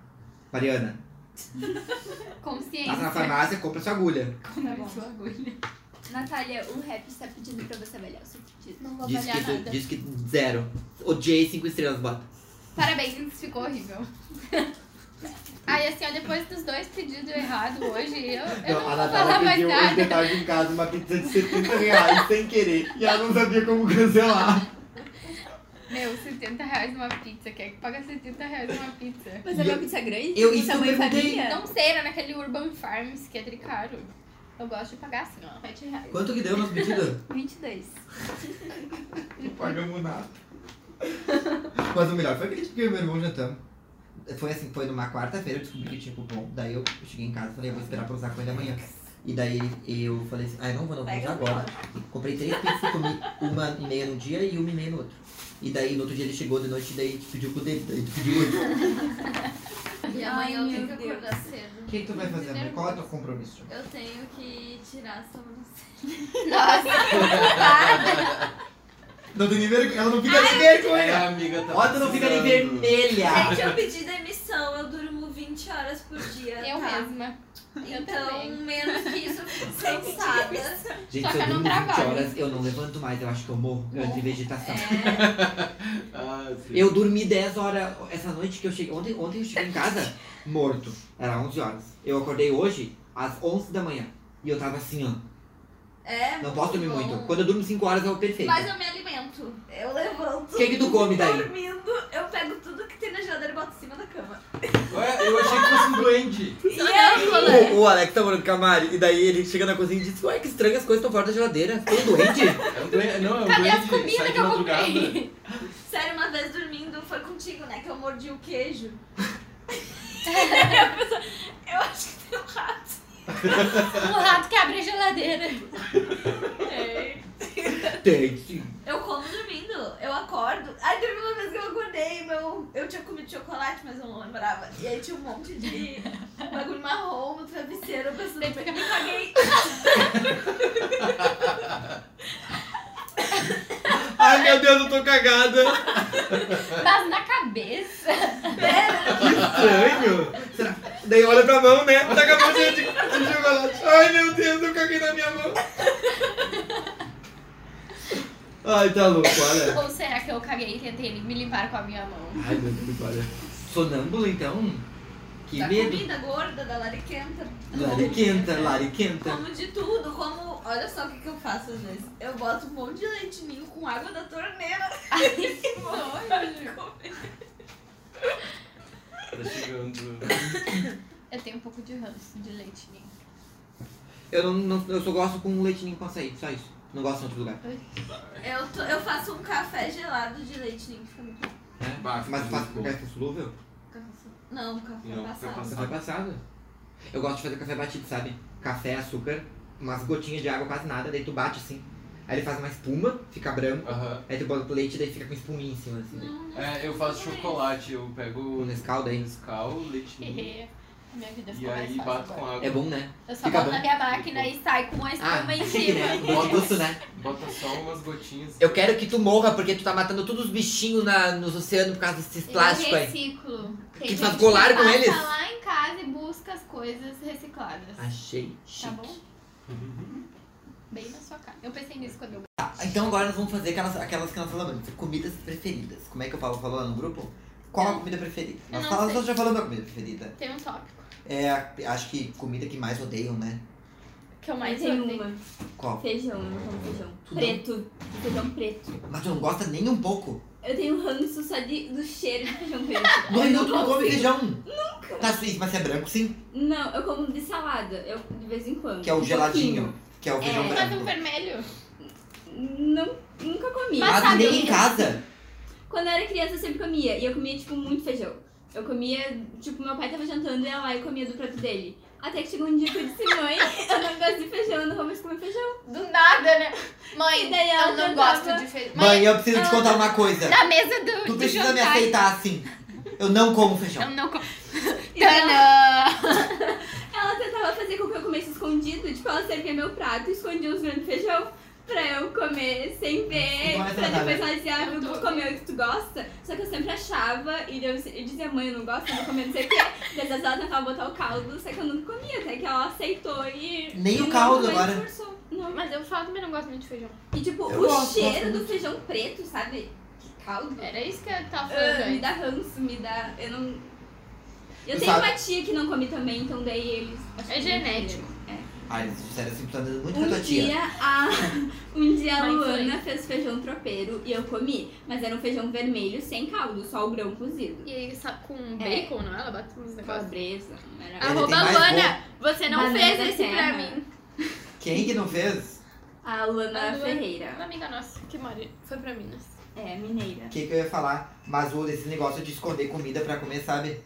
[SPEAKER 1] Mariana, passa Tá na
[SPEAKER 4] Consciência.
[SPEAKER 1] farmácia, compra sua agulha.
[SPEAKER 4] Como é sua agulha.
[SPEAKER 7] Natália, o rap está pedindo pra você avaliar o seu pedido.
[SPEAKER 4] Não vou
[SPEAKER 1] Diz
[SPEAKER 4] avaliar
[SPEAKER 1] que, tu-
[SPEAKER 4] nada.
[SPEAKER 1] diz que zero. Odiei cinco estrelas, bota.
[SPEAKER 4] Parabéns, ficou horrível. Aí assim, ó, depois dos dois pedidos errados hoje, eu, eu não,
[SPEAKER 8] a
[SPEAKER 4] vou
[SPEAKER 8] Natália
[SPEAKER 4] falar mais
[SPEAKER 8] pediu hoje de
[SPEAKER 4] nada.
[SPEAKER 8] tarde em casa uma pizza de 70 reais sem querer. E ela não sabia como cancelar.
[SPEAKER 4] Meu, 70 reais uma pizza. Quem é que paga 70 reais uma pizza?
[SPEAKER 7] Mas é
[SPEAKER 1] E
[SPEAKER 7] uma
[SPEAKER 1] eu-
[SPEAKER 7] pizza grande?
[SPEAKER 1] eu-
[SPEAKER 7] Com
[SPEAKER 1] isso eu
[SPEAKER 7] tamanho
[SPEAKER 1] perguntei.
[SPEAKER 3] é.
[SPEAKER 7] família?
[SPEAKER 4] Não sei, era naquele Urban Farms, que é tricaro. Eu gosto de pagar assim, ó, 7 reais.
[SPEAKER 1] Quanto que deu nosso pedido?
[SPEAKER 7] 22.
[SPEAKER 8] Não pagamos nada.
[SPEAKER 1] Mas o melhor foi aquele dia que eu e meu irmão jantamos. Foi assim, foi numa quarta-feira, eu descobri que tinha cupom. Daí eu cheguei em casa e falei, eu vou esperar pra usar com ele amanhã. E daí eu falei assim, ai não vou, não vou
[SPEAKER 2] Pega um
[SPEAKER 4] um
[SPEAKER 1] usar
[SPEAKER 2] o
[SPEAKER 1] agora. Comprei três pizzas, comi uma e meia num dia e uma e meia no outro. E daí no outro dia ele chegou de noite e daí te pediu com o dele, daí tu pediu outro.
[SPEAKER 4] E
[SPEAKER 7] Ai,
[SPEAKER 4] amanhã eu tenho
[SPEAKER 7] meu
[SPEAKER 4] que acordar
[SPEAKER 7] Deus.
[SPEAKER 4] cedo.
[SPEAKER 1] O que, que tu vai fazer
[SPEAKER 8] né?
[SPEAKER 1] amanhã? Qual é o teu compromisso?
[SPEAKER 2] Eu tenho que tirar a sobrancelha.
[SPEAKER 4] Nossa,
[SPEAKER 6] Não tem nem vergonha. Ela não fica nem vergonha.
[SPEAKER 3] a amiga tá.
[SPEAKER 1] Ó, tu É, não fica nem
[SPEAKER 3] precisando.
[SPEAKER 1] vermelha.
[SPEAKER 9] Gente, eu pedi demissão, eu durmo 20 horas por dia.
[SPEAKER 4] Eu
[SPEAKER 9] tá?
[SPEAKER 4] mesma. Eu
[SPEAKER 9] Então,
[SPEAKER 4] também.
[SPEAKER 9] menos que isso, eu fico cansada.
[SPEAKER 1] Gente,
[SPEAKER 4] Só
[SPEAKER 1] se eu
[SPEAKER 4] que eu não
[SPEAKER 1] durmo 20
[SPEAKER 4] trabalho.
[SPEAKER 1] horas, eu não levanto mais. Eu acho que eu morro. É. Eu entro em vegetação.
[SPEAKER 3] Ah, sim.
[SPEAKER 1] Eu dormi 10 horas essa noite que eu cheguei. Ontem, ontem eu cheguei em casa morto. Era 11 horas. Eu acordei hoje às 11 da manhã. E eu tava assim, ó.
[SPEAKER 9] É,
[SPEAKER 1] Não posso dormir
[SPEAKER 9] bom.
[SPEAKER 1] muito. Quando eu durmo 5 horas, eu perfeito.
[SPEAKER 4] Mas eu me alimento.
[SPEAKER 9] Eu levanto.
[SPEAKER 1] O que que tu come daí?
[SPEAKER 9] Dormindo, eu pego tudo que tem na geladeira e boto em cima da cama.
[SPEAKER 3] Ué, eu achei que fosse um doente.
[SPEAKER 9] E aí?
[SPEAKER 1] O, o Alex tá morando com a Mari. E daí ele chega na cozinha e diz: Ué, que estranho, as coisas estão fora da geladeira. Tô doente.
[SPEAKER 3] É um doente. Não, é um
[SPEAKER 4] Cadê as
[SPEAKER 3] doente.
[SPEAKER 4] comidas
[SPEAKER 3] sai
[SPEAKER 4] que
[SPEAKER 3] de
[SPEAKER 4] eu
[SPEAKER 3] madrugada.
[SPEAKER 4] comprei?
[SPEAKER 9] Sério, uma vez dormindo, foi contigo, né? Que eu mordi o queijo. eu acho que tem um rato.
[SPEAKER 4] O rato que abre a geladeira. É.
[SPEAKER 1] Tem sim.
[SPEAKER 9] Eu como dormindo, eu acordo. Aí teve uma vez que eu acordei, meu, eu tinha comido chocolate, mas eu não lembrava. E aí tinha um monte de bagulho marrom no travesseiro, eu pensando,
[SPEAKER 4] Deve
[SPEAKER 9] me caguei.
[SPEAKER 1] Ai meu Deus, eu tô cagada.
[SPEAKER 3] É.
[SPEAKER 4] Mas Tá na cabeça.
[SPEAKER 1] Estranho. Será? Daí olha pra mão, né? Tá com a mão cheia de, de chocolate. Ai meu Deus, eu caguei na minha mão. Ai, tá louco, olha.
[SPEAKER 4] Ou será que eu caguei e tentei me limpar com a minha mão?
[SPEAKER 1] Ai meu Deus, olha. Sonâmbulo então? Que
[SPEAKER 2] Tá
[SPEAKER 9] da tá
[SPEAKER 1] medo.
[SPEAKER 9] comida gorda, da lariquenta.
[SPEAKER 1] Lariquenta, lariquenta.
[SPEAKER 9] Como de tudo, como. Olha só o que, que eu faço às vezes. Eu boto um monte de leite ninho com água da torneira.
[SPEAKER 3] Tá chegando.
[SPEAKER 4] Eu tenho um pouco de ranço de leite né? ninho.
[SPEAKER 1] Eu, não, não- eu só gosto com leite ninho com açaí, só isso. Não gosto em outro lugar.
[SPEAKER 3] Uhum.
[SPEAKER 9] Eu, to- eu faço um café gelado de leite ninho. fica muito bom.
[SPEAKER 3] Bah,
[SPEAKER 1] Mas
[SPEAKER 3] muito
[SPEAKER 1] faço com
[SPEAKER 3] bom.
[SPEAKER 1] café solúvel?
[SPEAKER 9] Não, café
[SPEAKER 3] Não, café
[SPEAKER 9] passado.
[SPEAKER 1] Café passado. Eu gosto de fazer café batido, sabe? Café, açúcar, umas gotinhas de água, quase nada. Daí tu bate assim. Aí ele faz uma espuma, fica branco.
[SPEAKER 3] Aham.
[SPEAKER 1] Aí tu bota o leite, daí fica com espuminha em cima, assim. né?
[SPEAKER 3] É, eu faço chocolate, eu pego
[SPEAKER 1] O Nescau daí.
[SPEAKER 3] Nescau, leite ninho,
[SPEAKER 4] a minha vida
[SPEAKER 3] e
[SPEAKER 4] ficou mais
[SPEAKER 3] aí
[SPEAKER 4] fácil
[SPEAKER 3] bato com
[SPEAKER 4] agora.
[SPEAKER 3] água.
[SPEAKER 1] É bom, né?
[SPEAKER 4] Eu só
[SPEAKER 1] Fica
[SPEAKER 4] boto
[SPEAKER 1] bom.
[SPEAKER 4] na minha máquina e sai com uma espuma em
[SPEAKER 1] chique, né?
[SPEAKER 4] cima.
[SPEAKER 1] Bom gosto, né?
[SPEAKER 3] Bota só umas gotinhas.
[SPEAKER 1] Eu quero que tu morra porque tu tá matando todos os bichinhos na, nos oceanos por causa desses plásticos
[SPEAKER 4] Eu
[SPEAKER 1] aí.
[SPEAKER 4] reciclo. Tem
[SPEAKER 1] Que tu faz
[SPEAKER 4] gente
[SPEAKER 1] colar
[SPEAKER 4] que
[SPEAKER 1] com
[SPEAKER 4] passa
[SPEAKER 1] eles?
[SPEAKER 4] lá em casa e busca as coisas recicladas.
[SPEAKER 1] Achei
[SPEAKER 4] Tá
[SPEAKER 1] chique.
[SPEAKER 4] bom? Uhum. Bem na sua cara. Eu pensei nisso quando eu.
[SPEAKER 1] Tá, então agora nós vamos fazer aquelas, aquelas que nós falamos, comidas preferidas. Como é que o Paulo falou lá no grupo? Qual a comida preferida?
[SPEAKER 4] Eu
[SPEAKER 1] Nós,
[SPEAKER 4] não
[SPEAKER 1] falamos,
[SPEAKER 4] sei.
[SPEAKER 1] nós já falamos da comida preferida.
[SPEAKER 4] Tem um tópico
[SPEAKER 1] É, a- acho que comida que mais odeiam, né?
[SPEAKER 4] que eu mais
[SPEAKER 7] tem
[SPEAKER 4] odeio.
[SPEAKER 7] uma.
[SPEAKER 1] Qual?
[SPEAKER 7] Feijão, eu não como feijão.
[SPEAKER 1] Tu não-
[SPEAKER 7] Preto. Feijão preto.
[SPEAKER 1] Mas tu não gosta nem um pouco.
[SPEAKER 7] Eu tenho ranço só de, do cheiro de feijão preto.
[SPEAKER 1] Não,
[SPEAKER 7] Eu
[SPEAKER 1] não, tu não come
[SPEAKER 7] consigo.
[SPEAKER 1] feijão. Nunca. Tá, sim, mas é branco, sim.
[SPEAKER 7] Não, eu como de salada. Eu, de vez em quando.
[SPEAKER 1] Que é o
[SPEAKER 7] Um
[SPEAKER 1] geladinho. Que é o feijão
[SPEAKER 7] É.
[SPEAKER 4] Mas um
[SPEAKER 1] branco.
[SPEAKER 4] vermelho.
[SPEAKER 7] pouquinho. Não, nunca comi.
[SPEAKER 4] Mas
[SPEAKER 1] Mas
[SPEAKER 4] sabe-
[SPEAKER 1] nem em casa.
[SPEAKER 7] Quando eu era criança, eu sempre comia. E eu comia, tipo, muito feijão. Eu comia, tipo, meu pai tava jantando e ia lá e comia do prato dele. Até que chegou um dia que eu disse, mãe, eu não gosto de feijão, eu não vou mais comer feijão.
[SPEAKER 4] Do nada, né?
[SPEAKER 7] E
[SPEAKER 4] Mãe,
[SPEAKER 7] daí ela
[SPEAKER 4] eu não
[SPEAKER 7] jantava.
[SPEAKER 4] gosto de feijão.
[SPEAKER 1] Mãe, eu preciso te contar uma coisa.
[SPEAKER 4] na mesa do.
[SPEAKER 1] Tu
[SPEAKER 4] do
[SPEAKER 1] precisa me
[SPEAKER 4] jantar.
[SPEAKER 1] aceitar assim. Eu não como feijão.
[SPEAKER 4] Eu não como.
[SPEAKER 7] E daí ela,
[SPEAKER 4] Tadã!
[SPEAKER 7] ela tentava fazer com que eu comesse escondido. Tipo, ela servia meu prato e escondia os grãos de feijão pra eu comer sem ver.
[SPEAKER 1] E como é que
[SPEAKER 7] pra
[SPEAKER 1] ela
[SPEAKER 7] depois ela dizer, ah,
[SPEAKER 4] Eu
[SPEAKER 7] eu
[SPEAKER 4] tô-
[SPEAKER 7] vou comer o que tu gosta. Só que eu sempre achava e eu, eu dizia, mãe, eu não gosto, eu vou comer não sei o quê. E às vezes ela tentava botar o caldo, só que eu nunca comia. Até que ela aceitou e...
[SPEAKER 1] Nem
[SPEAKER 7] e
[SPEAKER 1] o
[SPEAKER 7] nunca
[SPEAKER 1] caldo
[SPEAKER 7] mais
[SPEAKER 1] agora.
[SPEAKER 7] forçou. Não.
[SPEAKER 4] Mas eu falo também não gosto muito de feijão.
[SPEAKER 7] E tipo,
[SPEAKER 1] Eu
[SPEAKER 7] o
[SPEAKER 1] gosto,
[SPEAKER 7] cheiro
[SPEAKER 1] gosto
[SPEAKER 7] do feijão preto, sabe? Que caldo.
[SPEAKER 4] Era isso que eu tava falando.
[SPEAKER 7] Ah, me
[SPEAKER 4] antes.
[SPEAKER 7] dá ranço, me dá. Eu não. Eu
[SPEAKER 1] Tu
[SPEAKER 7] tenho
[SPEAKER 1] sabe-
[SPEAKER 7] uma tia que não come também, então daí eles. acho
[SPEAKER 4] É
[SPEAKER 7] que
[SPEAKER 4] genético.
[SPEAKER 1] Ai, sério, assim, tu tá andando muito com a
[SPEAKER 7] Um
[SPEAKER 1] tua tia.
[SPEAKER 7] dia, a, um dia a
[SPEAKER 4] Mãe
[SPEAKER 7] Luana
[SPEAKER 4] influente.
[SPEAKER 7] fez feijão tropeiro e eu comi, mas era um feijão vermelho sem caldo, só o grão cozido.
[SPEAKER 4] E aí, sabe, com bacon, não é? Ela bate uns negócios.
[SPEAKER 7] Pobreza, não era-
[SPEAKER 1] Ah.
[SPEAKER 4] Arroba
[SPEAKER 1] tem mais
[SPEAKER 4] Luana, você não
[SPEAKER 7] Banana da
[SPEAKER 4] fez esse pra
[SPEAKER 7] terra.
[SPEAKER 4] mim.
[SPEAKER 1] Quem que não fez?
[SPEAKER 7] A Luana
[SPEAKER 4] Ah. A Luana- Uma
[SPEAKER 7] Ferreira.
[SPEAKER 4] amiga nossa que mora, foi pra Minas.
[SPEAKER 7] É, mineira.
[SPEAKER 1] O que, que eu ia falar? Mas o desse negócio de esconder comida pra comer, sabe?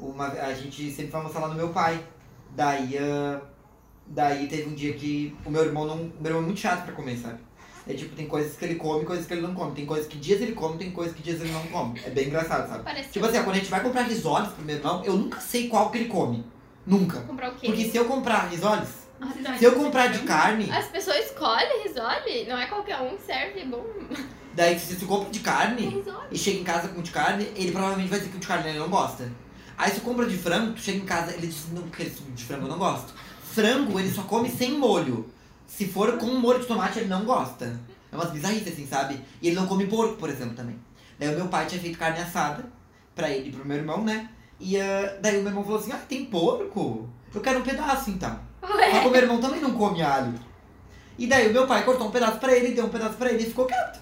[SPEAKER 1] Uma, a gente sempre foi almoçar lá no meu pai. Daí, ah, daí teve um dia que o meu irmão não. o Meu irmão é muito chato pra comer, sabe? É tipo, tem coisas que ele come, coisas que ele não come. Tem coisas que dias ele come, tem coisas que dias ele não come. É bem engraçado, sabe?
[SPEAKER 4] Parece
[SPEAKER 1] Tipo
[SPEAKER 4] que
[SPEAKER 1] assim, ó, quando a gente vai comprar risoles pro meu irmão, eu nunca sei qual que ele come. Nunca.
[SPEAKER 4] eu vou comprar o quê?
[SPEAKER 1] Porque se eu comprar risoles,
[SPEAKER 4] Ah,
[SPEAKER 1] se eu comprar de carne,
[SPEAKER 4] As pessoas escolhem risole? Não é qualquer um que serve, bom.
[SPEAKER 1] Daí se tu compra de carne
[SPEAKER 4] Resolve.
[SPEAKER 1] e chega em casa com de carne, ele provavelmente vai dizer que o de carne ele não gosta. Aí se tu compra de frango, tu chega em casa, ele diz, não, aquele suco de frango eu não gosto. Frango, ele só come sem molho. Se for com um molho de tomate, ele não gosta. É umas bizarrices, assim, sabe? E ele não come porco, por exemplo, também. Daí o meu pai tinha feito carne assada pra ele e pro meu irmão, né? E ah, daí o meu irmão falou assim, ah, tem porco? Eu quero um pedaço, então. Mas o meu irmão também não come alho. E daí o meu pai cortou um pedaço pra ele, deu um pedaço pra ele e ficou quieto.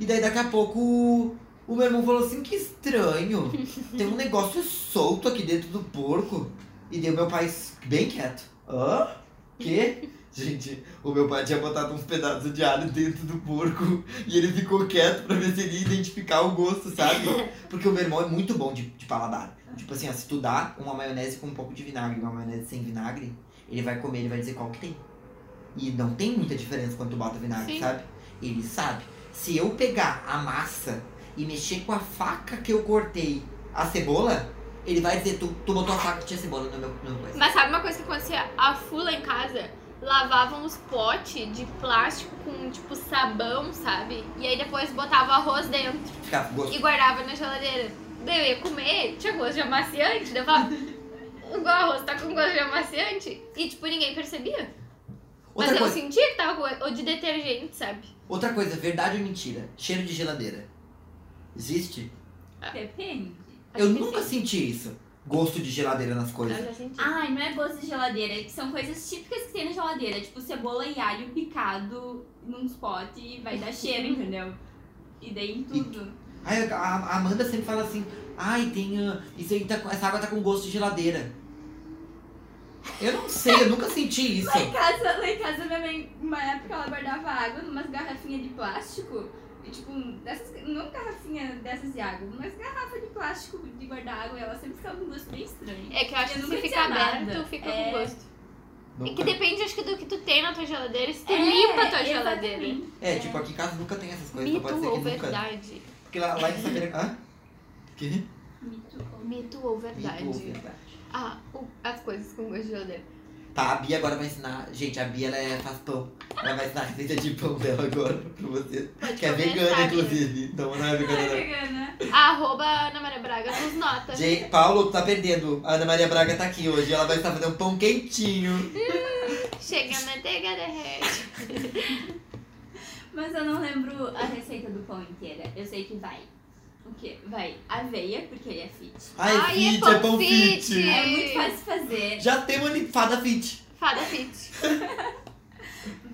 [SPEAKER 1] E daí daqui a pouco o- o meu irmão falou assim, que estranho. Tem um negócio solto aqui dentro do porco. E deu meu pai bem quieto. Hã? Quê? Gente, o meu pai tinha botado uns pedaços de alho dentro do porco e ele ficou quieto pra ver se ele ia identificar o gosto, sabe? Porque o meu irmão é muito bom de, de paladar. Tipo assim, ó, se tu dá uma maionese com um pouco de vinagre e uma maionese sem vinagre, ele vai comer, ele vai dizer qual que tem. E não tem muita diferença quando tu bota vinagre,
[SPEAKER 4] Sim.
[SPEAKER 1] sabe? Ele sabe. Se eu pegar a massa e mexer com a faca que eu cortei a cebola, ele vai dizer, tu, tu botou a faca que tinha cebola no meu, no meu coisa.
[SPEAKER 4] Mas sabe uma coisa que acontecia? A Fula em casa lavavam os potes de plástico com, tipo, sabão, sabe? E aí depois botava arroz dentro
[SPEAKER 1] Fica gostoso.
[SPEAKER 4] e guardava na geladeira. Daí eu ia comer, tinha gosto de amaciante, daí eu falava, o arroz tá com gosto de amaciante? E, tipo, ninguém percebia. Mas
[SPEAKER 1] Outra
[SPEAKER 4] eu
[SPEAKER 1] coisa,
[SPEAKER 4] sentia que tava com gosto- ou de detergente, sabe?
[SPEAKER 1] outra coisa, verdade ou mentira? Cheiro de geladeira. Existe?
[SPEAKER 4] É
[SPEAKER 7] Depende.
[SPEAKER 1] eu nunca senti isso. Gosto de geladeira nas coisas.
[SPEAKER 4] Eu já senti.
[SPEAKER 7] Ai, não é gosto de geladeira, é que são coisas típicas que tem na geladeira, tipo cebola e alho picado num spot e vai dar cheiro, entendeu? E daí em tudo.
[SPEAKER 1] Ai, a, a Amanda sempre fala assim, ai, tem. ah, isso aí tá com- essa água tá com gosto de geladeira. Eu não sei, eu nunca senti isso.
[SPEAKER 7] Lá em casa, lá em casa minha mãe, uma época ela guardava água numas garrafinhas de plástico. E, tipo, dessas, não garrafinha dessas de água, mas garrafa de plástico de guardar água, e ela sempre ficava com um gosto bem estranho.
[SPEAKER 4] É que eu acho
[SPEAKER 7] Eu
[SPEAKER 4] que
[SPEAKER 7] nunca
[SPEAKER 4] se fica
[SPEAKER 7] tinha nada.
[SPEAKER 4] aberto, fica
[SPEAKER 7] É.
[SPEAKER 4] com gosto. É que
[SPEAKER 1] Nunca.
[SPEAKER 4] depende, acho que, do que tu tem na tua geladeira, e se tu É, limpa a tua geladeira.
[SPEAKER 7] É, exatamente.
[SPEAKER 1] É, tipo, aqui em casa nunca tem essas coisas, então
[SPEAKER 4] Mito
[SPEAKER 1] pode ser
[SPEAKER 4] ou
[SPEAKER 1] que nunca.
[SPEAKER 4] verdade?
[SPEAKER 1] Porque lá, lá em Sabeira. Hã? Que?
[SPEAKER 7] Mito.
[SPEAKER 4] Mito ou verdade?
[SPEAKER 1] Mito ou verdade?
[SPEAKER 4] Ah, o- as coisas com gosto de geladeira.
[SPEAKER 1] Tá, a Bia agora vai ensinar. Gente, a Bia ela é- faz pão. Ela vai ensinar a receita de pão dela agora pra você. Que é
[SPEAKER 4] começar,
[SPEAKER 1] vegana,
[SPEAKER 4] Bia.
[SPEAKER 1] inclusive. Então não é vegana,
[SPEAKER 7] Ai,
[SPEAKER 1] não.
[SPEAKER 7] vegana.
[SPEAKER 4] Arroba Ana Maria Braga nos nota.
[SPEAKER 1] Jay, Paulo, tu tá perdendo. A Ana Maria Braga tá aqui hoje. Ela vai estar fazendo um pão quentinho.
[SPEAKER 4] Chega a manteiga derrete.
[SPEAKER 7] Mas eu não lembro a receita do pão inteira. Eu sei que vai. O quê? Vai aveia, porque ele é fit.
[SPEAKER 1] Ai,
[SPEAKER 4] Ai, é
[SPEAKER 1] fit,
[SPEAKER 4] pão
[SPEAKER 1] é pão fit.
[SPEAKER 4] fit.
[SPEAKER 7] É muito fácil de fazer.
[SPEAKER 1] Já tem uma fada fit.
[SPEAKER 4] Fada fit.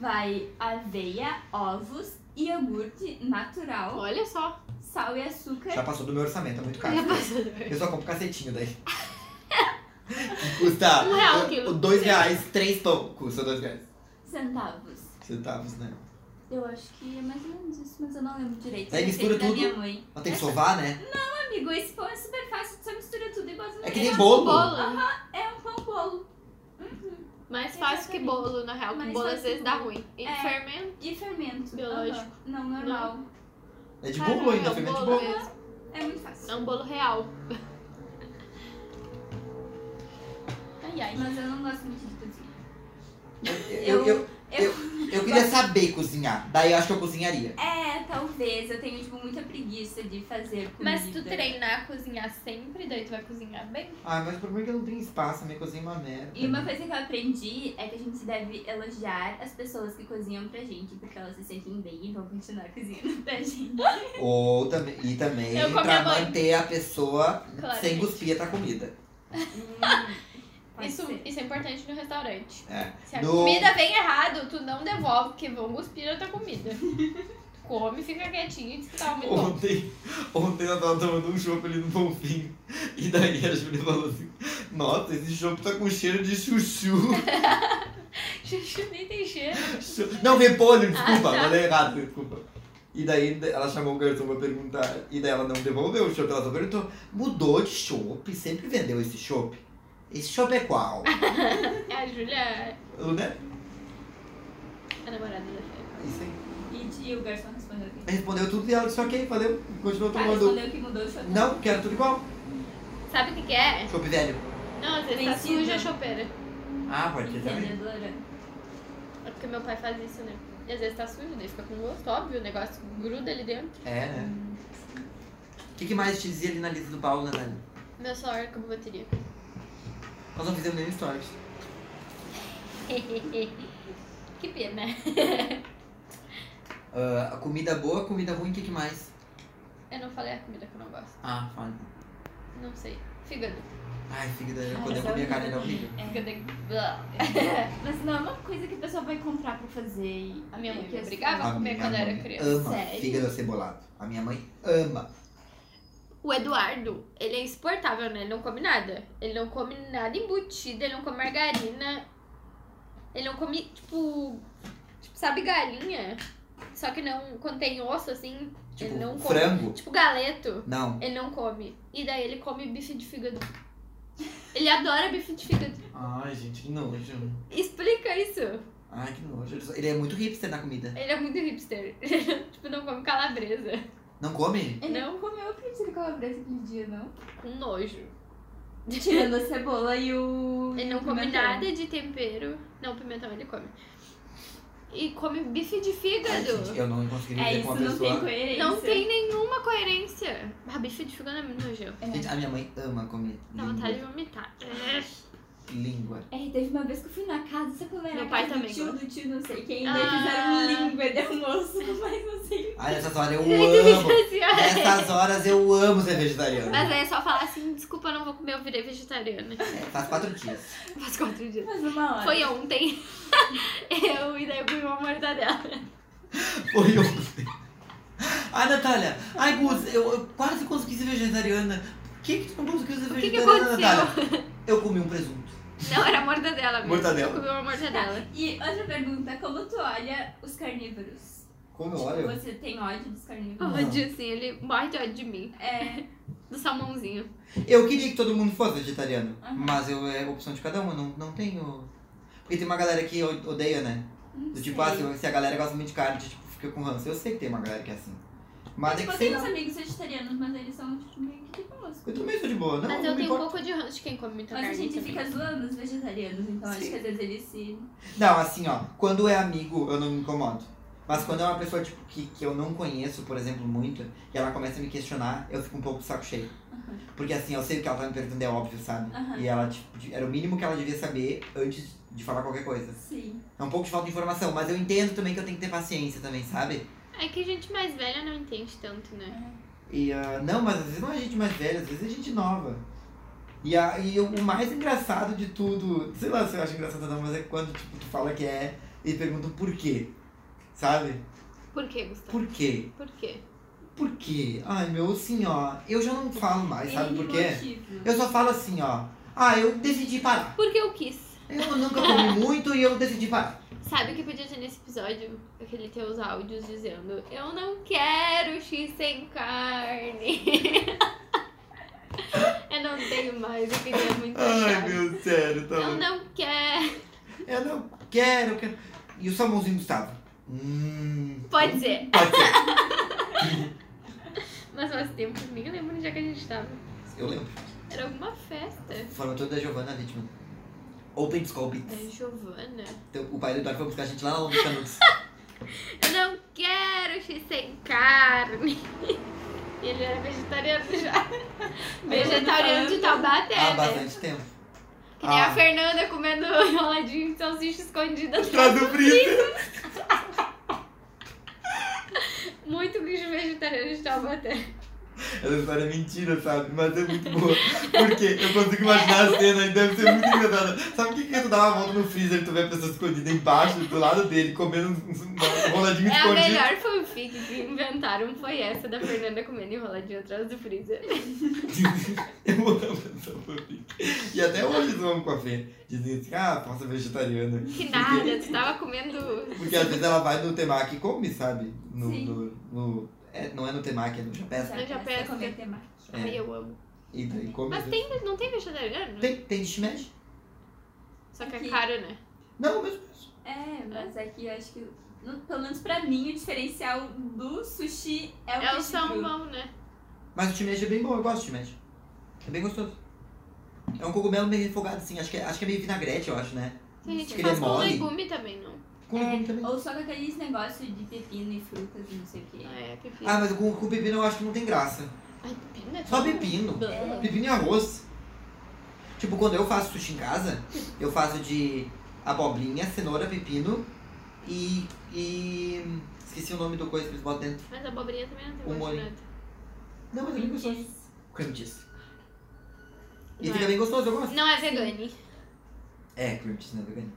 [SPEAKER 7] Vai aveia, ovos, iogurte natural,
[SPEAKER 4] Olha só.
[SPEAKER 7] sal e açúcar.
[SPEAKER 1] Já passou do meu orçamento, é muito caro.
[SPEAKER 4] Já passou.
[SPEAKER 1] Eu só compro cacetinho daí. Que custa
[SPEAKER 4] Um real o quilo.
[SPEAKER 1] o- dois reais, três pão. Custa dois reais.
[SPEAKER 7] centavos.
[SPEAKER 1] Centavos, né?
[SPEAKER 7] Eu acho que é mais ou menos isso, mas eu não lembro direito.
[SPEAKER 1] Aí
[SPEAKER 7] Eu
[SPEAKER 1] mistura
[SPEAKER 7] sei que é da
[SPEAKER 1] tudo.
[SPEAKER 7] minha mãe.
[SPEAKER 1] Mas tem que sovar, né?
[SPEAKER 7] Amigo, esse pão é super fácil, tu só mistura tudo e bota no
[SPEAKER 1] É que
[SPEAKER 7] meio.
[SPEAKER 1] nem bolo.
[SPEAKER 4] Bolo.
[SPEAKER 7] É um pão bolo.
[SPEAKER 4] Mais fácil que
[SPEAKER 7] Exatamente.
[SPEAKER 4] bolo, na real. Que
[SPEAKER 7] Mais
[SPEAKER 4] bolo às
[SPEAKER 7] fácil
[SPEAKER 4] vezes
[SPEAKER 7] que
[SPEAKER 4] dá
[SPEAKER 7] bolo.
[SPEAKER 4] ruim. E
[SPEAKER 7] É.
[SPEAKER 4] fermento.
[SPEAKER 7] De fermento.
[SPEAKER 4] Biológico.
[SPEAKER 7] Aham. Não, normal.
[SPEAKER 1] É de
[SPEAKER 4] Ah,
[SPEAKER 1] bolo
[SPEAKER 4] não,
[SPEAKER 1] ainda,
[SPEAKER 4] é um
[SPEAKER 1] fermento de
[SPEAKER 4] bolo
[SPEAKER 1] bolo.
[SPEAKER 4] mesmo.
[SPEAKER 7] É muito fácil.
[SPEAKER 4] É um bolo real.
[SPEAKER 7] Ai, ai. Mas eu não gosto muito de cozinha.
[SPEAKER 1] Eu, eu, eu, eu queria saber cozinhar. Daí eu acho que eu cozinharia.
[SPEAKER 7] É, talvez. Eu tenho, tipo, muita preguiça de fazer comida.
[SPEAKER 2] Mas se tu treinar a cozinhar sempre, daí tu vai cozinhar bem.
[SPEAKER 1] Ah, mas o problema é que eu não tenho espaço, minha cozinha é uma merda.
[SPEAKER 7] E uma coisa que eu aprendi é que a gente deve elogiar as pessoas que cozinham pra gente, porque elas se sentem bem e vão continuar cozinhando pra gente.
[SPEAKER 1] Ou também, e também
[SPEAKER 2] Eu com a
[SPEAKER 1] pra
[SPEAKER 2] minha mãe.
[SPEAKER 1] manter a pessoa
[SPEAKER 2] Claro.
[SPEAKER 1] sem cuspir a tua comida.
[SPEAKER 7] Pode
[SPEAKER 2] Isso,
[SPEAKER 7] ser.
[SPEAKER 2] isso é importante no restaurante.
[SPEAKER 1] É.
[SPEAKER 2] Se a
[SPEAKER 1] Do-
[SPEAKER 2] comida vem errado, tu não devolve, porque vão cuspir a tua comida. Tu Come, fica quietinho e diz que tá muito bom.
[SPEAKER 1] Ontem, ontem eu tava tomando um chopp ali no Bonfim. E daí a Júlia falou assim: Nossa, esse chopp tá com cheiro de chuchu.
[SPEAKER 2] Xuxu nem tem cheiro.
[SPEAKER 1] Não, repolho, desculpa, falei errado, desculpa. E daí ela chamou o garçom pra perguntar. E daí ela não devolveu o chopp, ela só perguntou: Mudou de chopp? Sempre vendeu esse chopp? Esse chopp é qual?
[SPEAKER 2] É a Júlia,
[SPEAKER 1] Eu, né?
[SPEAKER 2] a namorada da Fê.
[SPEAKER 1] Isso aí.
[SPEAKER 7] E, e o garçom respondeu que...
[SPEAKER 1] Respondeu tudo e ela disse: Ok, valeu. e Continuou
[SPEAKER 7] Ah,
[SPEAKER 1] tomando.
[SPEAKER 7] respondeu que mudou o chocolate.
[SPEAKER 1] Não, que era tudo igual.
[SPEAKER 2] Sabe o que, que é?
[SPEAKER 1] Chopp velho.
[SPEAKER 2] Não, às vezes tá
[SPEAKER 7] Vencido.
[SPEAKER 2] suja a chopeira.
[SPEAKER 1] Ah, pode ser também.
[SPEAKER 7] Entendedora.
[SPEAKER 2] É porque meu pai faz isso, né?
[SPEAKER 4] E às vezes tá sujo, daí fica com gosto, óbvio, o negócio gruda ali dentro.
[SPEAKER 1] É, né? O que, que mais te dizia ali na lista do Paulo, né, Dani?
[SPEAKER 4] Meu celular acabou a bateria.
[SPEAKER 1] Nós não fizemos nenhum stories.
[SPEAKER 4] que pena.
[SPEAKER 1] Ah, a comida boa, comida ruim, o que, que mais?
[SPEAKER 4] Eu não falei a comida que eu não gosto.
[SPEAKER 1] Ah, fala.
[SPEAKER 4] Não sei. Fígado.
[SPEAKER 1] Ai, fígado, quando eu comi a carne era horrível.
[SPEAKER 4] Fígado. é Blá.
[SPEAKER 7] Mas não é uma coisa que a pessoa vai comprar pra fazer. e-
[SPEAKER 4] A minha mãe
[SPEAKER 7] e-
[SPEAKER 4] me obrigava a
[SPEAKER 1] A
[SPEAKER 4] comer
[SPEAKER 1] minha
[SPEAKER 4] quando eu era
[SPEAKER 1] mãe
[SPEAKER 4] criança.
[SPEAKER 1] Ama
[SPEAKER 7] Sério?
[SPEAKER 1] fígado acebolado. A minha mãe ama.
[SPEAKER 4] O Eduardo, ele é insuportável, né? Ele não come nada. Ele não come nada embutido, ele não come margarina. Ele não come, tipo. Tipo, sabe, galinha? Só que não. Quando tem osso, assim,
[SPEAKER 1] Tipo,
[SPEAKER 4] ele não come.
[SPEAKER 1] frango.
[SPEAKER 4] Tipo, galeto.
[SPEAKER 1] Não.
[SPEAKER 4] Ele não come. E daí ele come bife de fígado. Ele adora bife de fígado.
[SPEAKER 8] Ai, gente, que nojo.
[SPEAKER 4] Explica isso.
[SPEAKER 1] Ai, que nojo. Ele só- Ele é muito hipster na comida.
[SPEAKER 4] Ele é muito hipster. tipo, não come calabresa.
[SPEAKER 1] Não come?
[SPEAKER 7] Ele
[SPEAKER 4] Não.
[SPEAKER 7] não comeu pizza de calabresa aquele dia, não?
[SPEAKER 4] Com nojo.
[SPEAKER 7] Tirando a cebola e o.
[SPEAKER 4] Ele não come nada de tempero. Não, pimentão ele come. E come bife de
[SPEAKER 1] Ai,
[SPEAKER 4] fígado.
[SPEAKER 1] gente, eu não consegui
[SPEAKER 7] É
[SPEAKER 1] viver
[SPEAKER 7] isso,
[SPEAKER 1] com uma
[SPEAKER 7] não tem
[SPEAKER 1] pessoa.
[SPEAKER 7] coerência.
[SPEAKER 4] não tem nenhuma coerência. A bife de fígado é muito nojento.
[SPEAKER 1] Gente, a minha mãe ama comer
[SPEAKER 4] Dá vontade de
[SPEAKER 1] língua.
[SPEAKER 4] vomitar.
[SPEAKER 1] Língua.
[SPEAKER 7] É, teve uma vez que eu fui na casa, só que eu era
[SPEAKER 4] Meu
[SPEAKER 7] a
[SPEAKER 4] pai
[SPEAKER 7] casa
[SPEAKER 4] também
[SPEAKER 7] do tio,
[SPEAKER 4] gosta.
[SPEAKER 7] do tio, não sei quem. Daí
[SPEAKER 4] Ah.
[SPEAKER 7] fizeram língua e deu moço, mas assim, não sei.
[SPEAKER 1] Ai, nessas horas eu amo.
[SPEAKER 4] Senhora.
[SPEAKER 1] Nessas horas eu amo ser vegetariano.
[SPEAKER 4] é. Mas aí é só falar assim, desculpa, eu não vou comer, eu virei vegetariana.
[SPEAKER 1] É, Faz quatro dias.
[SPEAKER 4] Faz quatro dias.
[SPEAKER 7] Mas uma hora.
[SPEAKER 4] Foi ontem. Eu e daí eu comi uma mortadela.
[SPEAKER 1] Foi ontem. Ai, Natália. Ai, Gus, eu, eu quase consegui ser vegetariana. Por que, que tu não conseguiu ser
[SPEAKER 4] O que que
[SPEAKER 1] vegetariana,
[SPEAKER 4] aconteceu?
[SPEAKER 1] Natália? Eu comi um presunto.
[SPEAKER 4] Não, era mortadela mesmo.
[SPEAKER 1] Mortadela?
[SPEAKER 4] Eu comi uma mortadela.
[SPEAKER 7] E outra pergunta, como tu olha os carnívoros?
[SPEAKER 1] Como
[SPEAKER 7] Tipo,
[SPEAKER 1] olha?
[SPEAKER 7] você tem ódio dos carnívoros?
[SPEAKER 1] Não.
[SPEAKER 4] Ódio, assim, ele morre de ódio de mim.
[SPEAKER 7] É.
[SPEAKER 4] Do salmãozinho.
[SPEAKER 1] Eu queria que todo mundo fosse vegetariano,
[SPEAKER 7] Aham.
[SPEAKER 1] mas eu, é opção de cada um, eu não, não tenho. Porque tem uma galera que o- odeia, né? Do tipo, ah, se, se a galera gosta muito de carne, tipo, fica com ranço. Eu sei que tem uma galera que é assim. Mas é
[SPEAKER 7] tipo,
[SPEAKER 1] que
[SPEAKER 7] eu
[SPEAKER 1] sei
[SPEAKER 7] tenho
[SPEAKER 1] lá.
[SPEAKER 7] uns amigos vegetarianos, mas eles são tipo, meio que de boas.
[SPEAKER 1] Eu também sou de boa, não,
[SPEAKER 4] Mas
[SPEAKER 1] não
[SPEAKER 4] eu
[SPEAKER 1] me
[SPEAKER 4] tenho um
[SPEAKER 1] importo.
[SPEAKER 4] pouco de ranço de quem come muita
[SPEAKER 7] Mas a
[SPEAKER 4] carne
[SPEAKER 7] gente
[SPEAKER 4] também.
[SPEAKER 7] fica zoando os vegetarianos, então acho
[SPEAKER 1] Sim.
[SPEAKER 7] que às vezes eles se.
[SPEAKER 1] Não, assim, ó, quando é amigo, eu não me incomodo. Mas quando é uma pessoa, tipo, que, que eu não conheço, por exemplo, muito, e ela começa a me questionar, eu fico um pouco de saco cheio. Porque assim, eu sei o que ela tá me perguntando, é óbvio, sabe?
[SPEAKER 7] Aham.
[SPEAKER 1] E ela, tipo, de- era o mínimo que ela devia saber antes de falar qualquer coisa.
[SPEAKER 7] Sim.
[SPEAKER 1] É um pouco de falta de informação, mas eu entendo também que eu tenho que ter paciência também, sabe?
[SPEAKER 4] É que gente mais velha não entende tanto, né?
[SPEAKER 1] E ah, não, mas às vezes não é gente mais velha, às vezes é gente nova. E, a, e o mais engraçado de tudo, sei lá se eu acho engraçado ou não, mas é quando tipo, tu fala que é e pergunta por quê. Sabe?
[SPEAKER 4] Por quê, Gustavo?
[SPEAKER 1] Por quê?
[SPEAKER 4] Por quê?
[SPEAKER 1] Por quê? Ai meu, assim ó, eu já não falo mais, sabe por quê?
[SPEAKER 7] Motivo.
[SPEAKER 1] Eu só falo assim ó, ah, eu decidi parar.
[SPEAKER 4] Porque eu quis.
[SPEAKER 1] Eu nunca comi muito e eu decidi parar.
[SPEAKER 4] Sabe o que podia ter nesse episódio? Aquele teus áudios dizendo Eu não quero X sem carne. eu não tenho mais, eu queria muito achar.
[SPEAKER 1] meu, sério, tá
[SPEAKER 4] Eu não quero.
[SPEAKER 1] Eu não quero, eu quero. E o salmãozinho Gustavo? Hum.
[SPEAKER 4] Pode ser.
[SPEAKER 1] Pode ser.
[SPEAKER 4] Mas faz tempo, nem lembro onde é que a gente tava.
[SPEAKER 1] Eu lembro.
[SPEAKER 4] Era alguma festa
[SPEAKER 1] Foram todos da Giovanna Wittmann. Open Scope.
[SPEAKER 4] da Giovana.
[SPEAKER 1] Então, o pai do Eduardo foi buscar a gente lá na Lomba Canudos.
[SPEAKER 4] Eu não quero X sem carne. E Ele era vegetariano já. Vegetariano de Taubaté,
[SPEAKER 1] Há
[SPEAKER 4] né?
[SPEAKER 1] Ah, bastante tempo.
[SPEAKER 4] Que nem a
[SPEAKER 1] Ah.
[SPEAKER 4] Fernanda comendo enroladinho de salsicha escondida.
[SPEAKER 1] Atrás do freezer.
[SPEAKER 4] Muito bicho vegetariano de Taubaté.
[SPEAKER 1] Essa história é mentira, sabe? Mas é muito boa. Porque eu consigo imaginar a cena e deve ser muito engraçada. Sabe o que que tu dá uma volta no freezer e tu vê a pessoa escondida embaixo, do lado dele, comendo um, um, um roladinho
[SPEAKER 4] É a
[SPEAKER 1] escondido?
[SPEAKER 4] melhor fanfic que inventaram foi essa da Fernanda comendo enroladinho atrás do freezer.
[SPEAKER 1] Eu amo essa fanfic. E até hoje eles vão com a Fê. Dizem assim, ah, faça vegetariana.
[SPEAKER 4] Que nada, tu tava comendo.
[SPEAKER 1] Porque às vezes ela vai no temaki e come, sabe? No,
[SPEAKER 7] Sim.
[SPEAKER 1] no, no- é, não é no temaki, é no japesca.
[SPEAKER 4] Eu já peço.
[SPEAKER 7] Comer temaki.
[SPEAKER 1] É.
[SPEAKER 4] Ai, eu amo.
[SPEAKER 1] E daí come.
[SPEAKER 4] Mas tem, não tem vegetariano?
[SPEAKER 1] Tem, tem de shimeji?
[SPEAKER 4] Só que é
[SPEAKER 7] Aqui.
[SPEAKER 4] caro, né?
[SPEAKER 1] Não, mas
[SPEAKER 7] É, mas aqui eu acho que. no- pelo menos pra mim, o diferencial do sushi é o
[SPEAKER 4] É o
[SPEAKER 7] peixe cru.
[SPEAKER 4] salmão, né?
[SPEAKER 1] Mas o shimeji é bem bom, eu gosto de shimeji. É bem gostoso. É um cogumelo meio refogado, assim. Acho que é, acho que é meio vinagrete, eu acho, né?
[SPEAKER 4] Tem gente
[SPEAKER 1] Que
[SPEAKER 4] que
[SPEAKER 1] ele é
[SPEAKER 4] faz com
[SPEAKER 1] mole.
[SPEAKER 4] legume também, não?
[SPEAKER 6] Com limão também.
[SPEAKER 7] Ou só com aqueles negócios de pepino e frutas e não sei o quê.
[SPEAKER 4] Ah, é, pepino.
[SPEAKER 1] Ah, mas com, com pepino eu acho que não tem graça.
[SPEAKER 4] Ai, pepino é
[SPEAKER 1] Só
[SPEAKER 4] tão-
[SPEAKER 1] pepino.
[SPEAKER 4] Blá.
[SPEAKER 1] Pepino e arroz. Tipo, quando eu faço sushi em casa, eu faço de abobrinha, cenoura, pepino e. e. esqueci o nome do coisa que eles botam dentro.
[SPEAKER 4] Mas a abobrinha também não tem
[SPEAKER 1] Um
[SPEAKER 4] gosto né?
[SPEAKER 1] molho.
[SPEAKER 4] de nada.
[SPEAKER 1] Não, mas é bem gostoso. Cream cheese. E
[SPEAKER 4] Não
[SPEAKER 1] fica
[SPEAKER 4] é.
[SPEAKER 1] bem gostoso, eu gosto.
[SPEAKER 4] Não é vegane.
[SPEAKER 1] É, cream cheese não é vegano.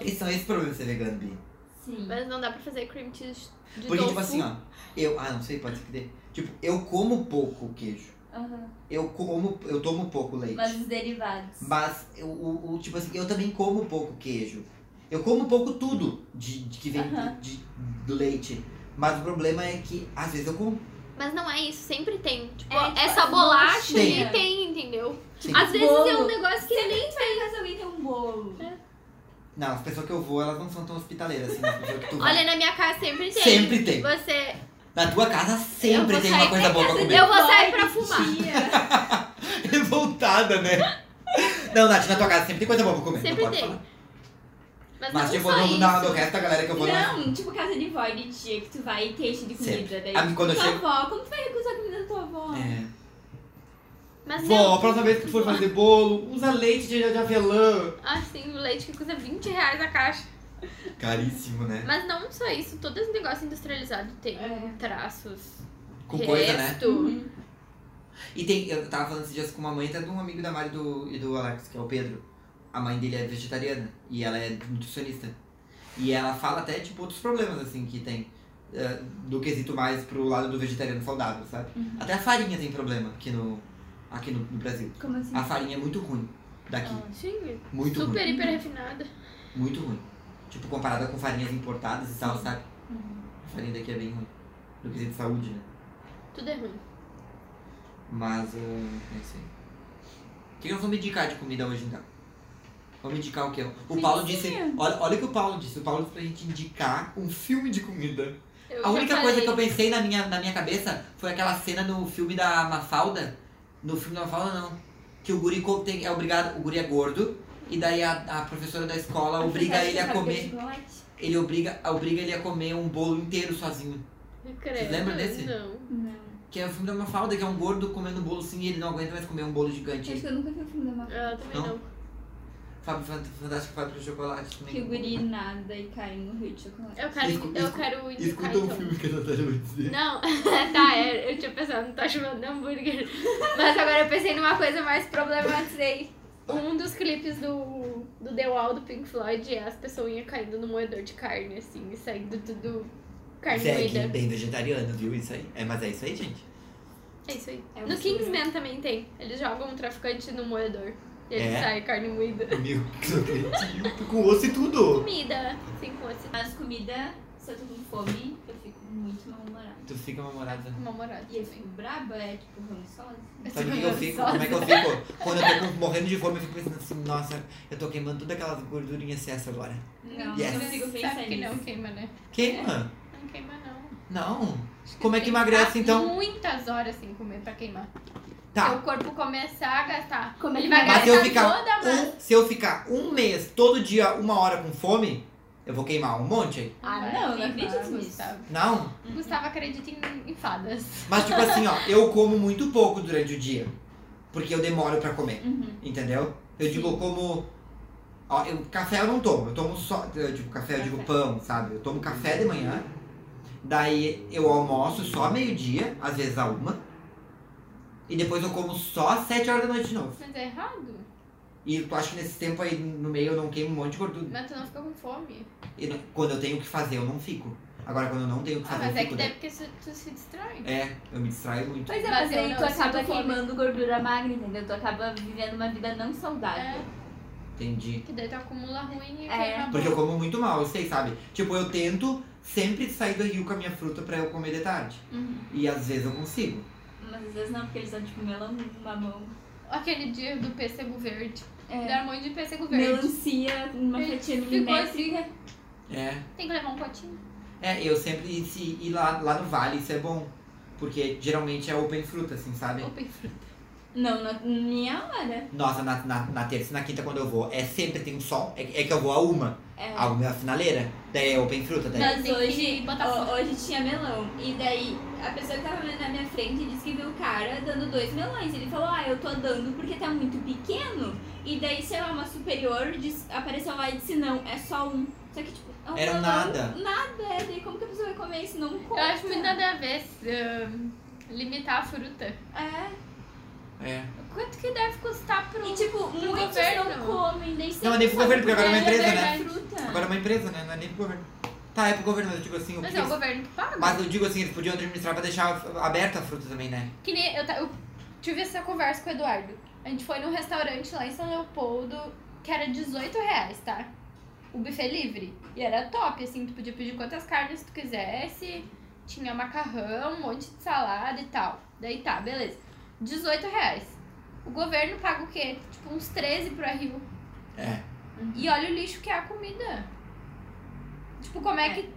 [SPEAKER 1] Esse, não é esse o problema de ser vegano, Bi.
[SPEAKER 7] Sim.
[SPEAKER 4] Mas não dá pra fazer cream cheese de
[SPEAKER 1] Porque,
[SPEAKER 4] tofu.
[SPEAKER 1] tipo assim, ó. Eu. Ah, não sei, pode ser que dê. Tipo, eu como pouco queijo.
[SPEAKER 7] Aham.
[SPEAKER 1] Eu como. Eu tomo pouco leite.
[SPEAKER 7] Mas os derivados.
[SPEAKER 1] Mas eu, o, o- tipo assim, eu também como pouco queijo. Eu como pouco tudo de, de que vem
[SPEAKER 7] Aham.
[SPEAKER 1] de, de- do leite. Mas o problema é que às vezes eu como.
[SPEAKER 4] Mas não é isso, sempre tem. Tipo,
[SPEAKER 7] É, tipo,
[SPEAKER 4] essa
[SPEAKER 7] as
[SPEAKER 4] bolacha
[SPEAKER 1] bolachinhas.
[SPEAKER 4] aí tem, entendeu?
[SPEAKER 1] Sim.
[SPEAKER 4] Às vezes é um
[SPEAKER 7] Bolo.
[SPEAKER 4] negócio que nem.
[SPEAKER 7] Sempre faz alguém ter um bolo.
[SPEAKER 1] Não, as pessoas que eu vou, elas não são tão hospitaleiras assim. As pessoas que tu vai.
[SPEAKER 4] Olha, na minha casa sempre tem.
[SPEAKER 1] Sempre tem.
[SPEAKER 4] Você.
[SPEAKER 1] Na tua casa sempre
[SPEAKER 4] Eu vou
[SPEAKER 1] tem uma
[SPEAKER 4] sair-
[SPEAKER 1] coisa boa pra comer.
[SPEAKER 4] Eu vou sair
[SPEAKER 7] Vai,
[SPEAKER 4] pra fumar.
[SPEAKER 7] tia.
[SPEAKER 1] Revoltada, né? Não, Nath, na tua casa sempre tem coisa boa pra comer.
[SPEAKER 4] Sempre
[SPEAKER 1] não pode
[SPEAKER 4] tem.
[SPEAKER 1] falar.
[SPEAKER 4] Mas,
[SPEAKER 1] Mas
[SPEAKER 4] não
[SPEAKER 1] tipo,
[SPEAKER 4] só
[SPEAKER 1] eu
[SPEAKER 4] isso.
[SPEAKER 1] não dá do resto da galera que eu vou não.
[SPEAKER 7] Não, tipo casa de vó e de tia, que tu vai e teixe de comida.
[SPEAKER 1] Sempre.
[SPEAKER 7] Daí,
[SPEAKER 1] Ah, quando eu
[SPEAKER 7] tua
[SPEAKER 1] chego-
[SPEAKER 7] avó, como tu vai recusar a comida da tua avó?
[SPEAKER 1] É.
[SPEAKER 4] Mas
[SPEAKER 6] Vó,
[SPEAKER 4] Assim, não.
[SPEAKER 6] a próxima vez que tu for fazer bolo, usa leite de, de avelã.
[SPEAKER 4] Assim, o leite que custa 20 reais a caixa.
[SPEAKER 1] Caríssimo, né?
[SPEAKER 4] Mas não só isso, todo esse negócio industrializado tem traços.
[SPEAKER 1] Com
[SPEAKER 4] resto.
[SPEAKER 1] coisa, né? E tem, eu tava falando esses dias com uma mãe, até de um amigo da Mari do, e do Alex, que é o Pedro. A mãe dele é vegetariana e ela é nutricionista. E ela fala até, tipo, outros problemas, assim, que tem. eh, do quesito mais pro lado do vegetariano saudável, sabe?
[SPEAKER 4] Uhum.
[SPEAKER 1] Até a farinha tem problema aqui no, aqui no, no Brasil.
[SPEAKER 7] Como assim?
[SPEAKER 1] A farinha é muito ruim daqui.
[SPEAKER 4] Sim,
[SPEAKER 1] muito
[SPEAKER 4] Ah, super,
[SPEAKER 1] ruim.
[SPEAKER 4] hiper refinada.
[SPEAKER 1] Muito ruim. Tipo, comparada com farinhas importadas e tal, sabe? A farinha daqui é bem ruim. Do quesito saúde, né?
[SPEAKER 4] Tudo é ruim.
[SPEAKER 1] Mas eu não sei. O que eu vou me indicar de comida hoje então? Vou me indicar o que? O Paulo disse. Olha, olha o que o Paulo disse. O Paulo disse pra gente indicar um filme de comida.
[SPEAKER 4] Eu
[SPEAKER 1] A
[SPEAKER 4] já
[SPEAKER 1] única
[SPEAKER 4] falei.
[SPEAKER 1] coisa que eu pensei na minha, na minha cabeça foi aquela cena no filme da Mafalda. No filme da Mafalda não. Que o guri co- tem, é obrigado. O guri é gordo. E daí a, a professora da escola obriga ele
[SPEAKER 7] é
[SPEAKER 1] a comer. Ele obriga, obriga ele a comer um bolo inteiro sozinho.
[SPEAKER 4] Credo,
[SPEAKER 1] lembra desse?
[SPEAKER 4] Não.
[SPEAKER 7] Não.
[SPEAKER 1] Que é o filme da Mafalda, que é um gordo comendo bolo assim e ele não aguenta mais comer um bolo gigante.
[SPEAKER 7] Acho que eu nunca vi o filme da Mafalda.
[SPEAKER 4] Ah, Eu também
[SPEAKER 1] Não?
[SPEAKER 4] não.
[SPEAKER 1] Fábio Fant- Fantástico Fábio de Chocolate também.
[SPEAKER 7] Que o guri nada e cai no rio de chocolate.
[SPEAKER 4] Eu quero,
[SPEAKER 1] Escu-
[SPEAKER 4] eu
[SPEAKER 1] escu-
[SPEAKER 4] quero indicar
[SPEAKER 1] Escuta um
[SPEAKER 4] então.
[SPEAKER 1] filme que a Natália vai dizer.
[SPEAKER 4] Não, tá, é, eu tinha pensado, não tá chamando hambúrguer. Mas agora eu pensei numa coisa mais problematizei. Um dos clipes do, do The Wall do Pink Floyd é as pessoinhas caindo no moedor de carne, assim, e saindo tudo carne
[SPEAKER 1] Segue
[SPEAKER 4] moída.
[SPEAKER 1] é bem vegetariano, viu? Isso aí. É, mas é isso aí, gente.
[SPEAKER 4] É isso aí.
[SPEAKER 7] É um
[SPEAKER 4] no
[SPEAKER 7] filme.
[SPEAKER 4] Kingsman também tem. Eles jogam um traficante no moedor. E ele
[SPEAKER 1] É?
[SPEAKER 4] sai carne moída.
[SPEAKER 1] Meu, que não acredito. Com osso e tudo.
[SPEAKER 4] Comida, sem fosse
[SPEAKER 7] Mas comida, se eu tô com fome, eu fico muito mal-humorada.
[SPEAKER 1] Tu fica namorada.
[SPEAKER 4] comemorado.
[SPEAKER 7] E eu fico braba, é tipo rançosa.
[SPEAKER 1] Sabe o que eu fico? Como é que eu fico? Quando eu tô com- morrendo de fome, eu fico pensando assim, nossa, eu tô queimando todas aquelas gorduras em excesso agora.
[SPEAKER 7] Não,
[SPEAKER 1] Yes.
[SPEAKER 7] eu não fico
[SPEAKER 4] Sabe
[SPEAKER 7] pensando
[SPEAKER 4] que não
[SPEAKER 7] nisso.
[SPEAKER 4] queima, né?
[SPEAKER 1] Queima?
[SPEAKER 4] Não queima, não.
[SPEAKER 1] Não. Como é que
[SPEAKER 4] Tem ficar
[SPEAKER 1] emagrece então?
[SPEAKER 4] Muitas horas sem comer pra queimar. Seu
[SPEAKER 1] Tá.
[SPEAKER 4] corpo começar a gastar.
[SPEAKER 7] Como é
[SPEAKER 4] Ele
[SPEAKER 7] ele
[SPEAKER 4] vai
[SPEAKER 7] vai
[SPEAKER 1] Mas se eu
[SPEAKER 4] gastar
[SPEAKER 1] ficar
[SPEAKER 4] toda a massa.
[SPEAKER 1] Um, se eu ficar um mês, todo dia, uma hora com fome, eu vou queimar um monte aí.
[SPEAKER 4] Ah,
[SPEAKER 7] não, não acredito
[SPEAKER 4] Gustavo.
[SPEAKER 7] nisso.
[SPEAKER 1] Não?
[SPEAKER 4] Gustavo acredita em, em fadas.
[SPEAKER 1] Mas tipo assim, ó, eu como muito pouco durante o dia. Porque eu demoro pra comer,
[SPEAKER 7] Uhum.
[SPEAKER 1] entendeu? Eu digo, eu como. Ó, eu, café eu não tomo, eu tomo só. Eu digo café, eu digo pão, sabe? Eu tomo café de manhã. Daí eu almoço só meio-dia, às vezes a uma. E depois eu como só às sete horas da noite de novo.
[SPEAKER 4] Mas é errado.
[SPEAKER 1] E eu acho que nesse tempo aí no meio eu não queimo um monte de gordura.
[SPEAKER 4] Mas tu não fica com fome.
[SPEAKER 1] E não- quando eu tenho o que fazer, eu não fico. Agora, quando eu não tenho o que
[SPEAKER 4] Ah,
[SPEAKER 1] fazer,
[SPEAKER 4] mas
[SPEAKER 1] eu
[SPEAKER 4] é
[SPEAKER 1] fico.
[SPEAKER 4] que
[SPEAKER 1] né?
[SPEAKER 4] daí porque tu, tu se distrai.
[SPEAKER 1] É, eu me distraio muito.
[SPEAKER 7] Pois é,
[SPEAKER 4] Mas
[SPEAKER 7] mas,
[SPEAKER 4] eu
[SPEAKER 7] aí
[SPEAKER 4] não,
[SPEAKER 7] tu
[SPEAKER 4] eu sinto
[SPEAKER 7] acaba
[SPEAKER 4] fome.
[SPEAKER 7] queimando gordura magra, entendeu? Tu acaba vivendo uma vida não saudável.
[SPEAKER 4] É,
[SPEAKER 1] Entendi.
[SPEAKER 4] que daí tu acumula ruim e
[SPEAKER 7] É.
[SPEAKER 4] queima
[SPEAKER 1] Porque eu
[SPEAKER 4] bom.
[SPEAKER 1] como muito mal, eu sei, sabe? Tipo, eu tento sempre sair do rio com a minha fruta pra eu comer de tarde.
[SPEAKER 7] Uhum.
[SPEAKER 1] E às vezes eu consigo.
[SPEAKER 7] Mas às vezes não, porque eles dão tipo melão, mamão,
[SPEAKER 4] Aquele dia do pêssego verde.
[SPEAKER 7] É.
[SPEAKER 4] Deram um monte de pêssego verde.
[SPEAKER 7] melancia, uma
[SPEAKER 4] Ele
[SPEAKER 7] fatia
[SPEAKER 4] ficou
[SPEAKER 7] milimétrica.
[SPEAKER 1] É.
[SPEAKER 4] Tem que levar um potinho.
[SPEAKER 1] É, eu sempre. E, se- e lá, lá no vale isso é bom. Porque geralmente é open fruta, assim, sabe?
[SPEAKER 4] Open fruit.
[SPEAKER 7] Não, na minha hora.
[SPEAKER 1] Nossa, na, na, na terça e na quinta, quando eu vou, é sempre tem um sol. É, que- é que eu vou a uma,
[SPEAKER 7] É.
[SPEAKER 1] a uma é a finaleira. Daí é open fruta, daí.
[SPEAKER 4] Tem
[SPEAKER 7] Mas
[SPEAKER 4] que
[SPEAKER 7] hoje,
[SPEAKER 4] botar
[SPEAKER 7] ho-
[SPEAKER 4] fogo.
[SPEAKER 7] hoje tinha melão. E daí, a pessoa que tava na minha frente disse que viu o cara dando dois melões. Ele falou, ah, eu tô dando porque tá muito pequeno. E daí, sei lá, uma superior disse- apareceu lá e disse, não, é só um. Só que, tipo, é um
[SPEAKER 1] Era
[SPEAKER 7] melão,
[SPEAKER 1] nada.
[SPEAKER 7] Nada, é. Daí como que a pessoa vai comer isso? Não
[SPEAKER 4] Eu
[SPEAKER 7] come.
[SPEAKER 4] acho muito nada a ver ahn, hum, limitar a fruta.
[SPEAKER 7] É.
[SPEAKER 1] É.
[SPEAKER 4] Quanto que deve custar pro...
[SPEAKER 7] E, tipo, muitos
[SPEAKER 4] governo.
[SPEAKER 7] não comem. Daí
[SPEAKER 1] Não, mas nem pro governo, porque agora é uma
[SPEAKER 7] sabe que
[SPEAKER 1] empresa,
[SPEAKER 7] é
[SPEAKER 1] né?
[SPEAKER 7] Fruta.
[SPEAKER 1] Agora é uma empresa, né? Não é nem pro governo. Tá, é pro governo, mas eu digo assim, o
[SPEAKER 4] Mas
[SPEAKER 1] que
[SPEAKER 4] é o
[SPEAKER 7] tipo,
[SPEAKER 1] eles-
[SPEAKER 4] governo que paga.
[SPEAKER 1] mas eu digo assim, eles podiam administrar pra deixar aberta a fruta também, né?
[SPEAKER 4] Que nem eu, ta- eu tive essa conversa com o Eduardo. A gente foi num restaurante lá em São Leopoldo que era 18 reais, tá? O buffet livre. E era top, assim, tu podia pedir quantas carnes tu quisesse. Tinha macarrão, um monte de salada e tal. Daí tá, beleza. 18 reais. O governo paga o quê? Tipo, uns 13 pro Rio.
[SPEAKER 1] É.
[SPEAKER 4] E olha o lixo que é a comida. Tipo, como é que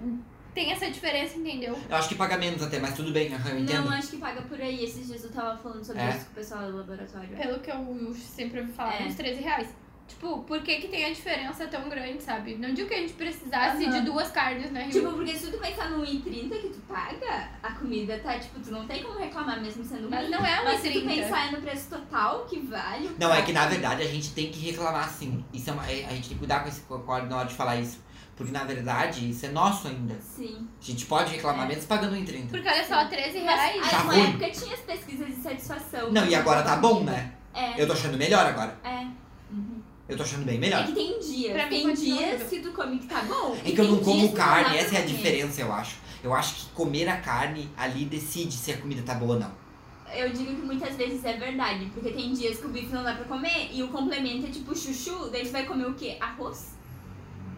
[SPEAKER 4] tem essa diferença, entendeu?
[SPEAKER 1] Eu acho que paga menos até, mas tudo bem, aham, eu entendo.
[SPEAKER 7] Não, acho que paga por aí. Esses dias eu tava falando sobre
[SPEAKER 1] É.
[SPEAKER 7] isso com o pessoal do laboratório.
[SPEAKER 4] pelo que eu sempre ouvi falar,
[SPEAKER 7] É.
[SPEAKER 4] uns 13 reais. Tipo, por que que tem a diferença tão grande, sabe? Não digo que a gente precisasse
[SPEAKER 7] Aham.
[SPEAKER 4] de duas carnes, né, Rio?
[SPEAKER 7] Tipo, porque se tu pensar no 1,30 que tu paga, a comida tá, tipo, tu não tem como reclamar mesmo sendo
[SPEAKER 4] mas
[SPEAKER 7] ruim.
[SPEAKER 4] não é
[SPEAKER 7] Mas
[SPEAKER 4] um
[SPEAKER 7] se tu
[SPEAKER 4] 30.
[SPEAKER 7] pensar no preço total que vale.
[SPEAKER 1] Não, é que na verdade a gente tem que reclamar sim. Isso é uma- é- a gente tem que cuidar com esse concordo na hora de falar isso. Porque na verdade isso é nosso ainda.
[SPEAKER 7] Sim.
[SPEAKER 1] A gente pode reclamar
[SPEAKER 7] É.
[SPEAKER 1] mesmo pagando um em 30.
[SPEAKER 4] Porque olha só, 13
[SPEAKER 7] Mas
[SPEAKER 4] reais.
[SPEAKER 7] aí,
[SPEAKER 1] Tá
[SPEAKER 7] uma
[SPEAKER 1] ruim.
[SPEAKER 7] época tinha as pesquisas de satisfação.
[SPEAKER 1] Não, e agora tá bom, né?
[SPEAKER 7] É,
[SPEAKER 1] Eu tô achando melhor agora.
[SPEAKER 7] é.
[SPEAKER 1] Eu tô achando bem
[SPEAKER 7] É
[SPEAKER 1] melhor.
[SPEAKER 7] que tem dias.
[SPEAKER 4] Pra mim
[SPEAKER 7] tem
[SPEAKER 4] continua
[SPEAKER 7] dias
[SPEAKER 4] tudo.
[SPEAKER 7] que tu come que tá bom.
[SPEAKER 1] É
[SPEAKER 7] e
[SPEAKER 1] que eu
[SPEAKER 7] tem
[SPEAKER 1] não
[SPEAKER 7] dias
[SPEAKER 1] como
[SPEAKER 7] que dá
[SPEAKER 1] carne,
[SPEAKER 7] pra
[SPEAKER 1] essa é a
[SPEAKER 7] comer.
[SPEAKER 1] diferença, eu acho. Eu acho que comer a carne ali decide se a comida tá boa ou não.
[SPEAKER 7] Eu digo que muitas vezes é verdade, porque tem dias que o bife não dá pra comer e o complemento é tipo chuchu, daí tu vai comer o quê? Arroz?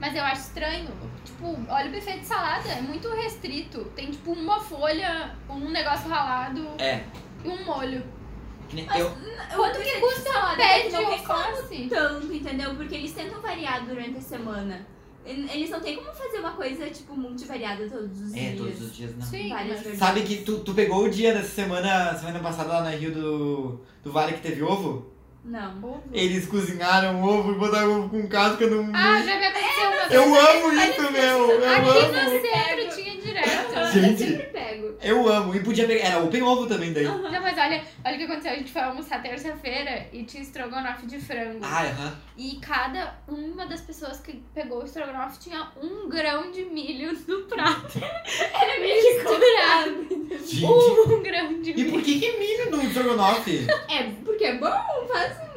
[SPEAKER 4] Mas eu acho estranho. Tipo, olha o buffet de salada, é muito restrito. Tem tipo uma folha, um negócio ralado
[SPEAKER 1] É.
[SPEAKER 4] e um molho.
[SPEAKER 1] Que nem eu,
[SPEAKER 4] Quanto que custa um
[SPEAKER 7] é
[SPEAKER 4] pé
[SPEAKER 7] que
[SPEAKER 4] de
[SPEAKER 7] não reclamo
[SPEAKER 4] alface?
[SPEAKER 7] tanto, entendeu? Porque eles tentam variar durante a semana. E- Eles não tem como fazer uma coisa, tipo, multivariada todos os
[SPEAKER 1] é,
[SPEAKER 7] dias.
[SPEAKER 1] todos os dias, não.
[SPEAKER 4] Sim,
[SPEAKER 7] Várias
[SPEAKER 4] mas-
[SPEAKER 7] verduras.
[SPEAKER 1] Sabe que tu, tu pegou o dia dessa semana, semana passada lá na Rio do, do Vale que teve ovo?
[SPEAKER 7] Não.
[SPEAKER 1] Eles cozinharam ovo e botaram ovo com casca num.
[SPEAKER 4] Ah, já me aconteceu uma
[SPEAKER 1] eu
[SPEAKER 4] vez.
[SPEAKER 1] amo isso, meu! Eu
[SPEAKER 4] Aqui
[SPEAKER 1] amo!
[SPEAKER 4] no centro tinha direto.
[SPEAKER 7] Eu
[SPEAKER 1] Gente.
[SPEAKER 7] sempre pego.
[SPEAKER 1] Eu amo. E podia pegar. Era open ovo também daí.
[SPEAKER 4] Não, mas olha, olha o que aconteceu. A gente foi almoçar terça-feira e tinha estrogonofe de frango.
[SPEAKER 1] Ah, aham.
[SPEAKER 4] E cada uma das pessoas que pegou o estrogonofe tinha um grão de milho no prato.
[SPEAKER 7] É
[SPEAKER 4] Era misturado.
[SPEAKER 1] Gente.
[SPEAKER 4] Um grão de
[SPEAKER 1] Uh, E
[SPEAKER 4] milho.
[SPEAKER 1] por que, que milho no estrogonofe?
[SPEAKER 7] É, porque é bom, faz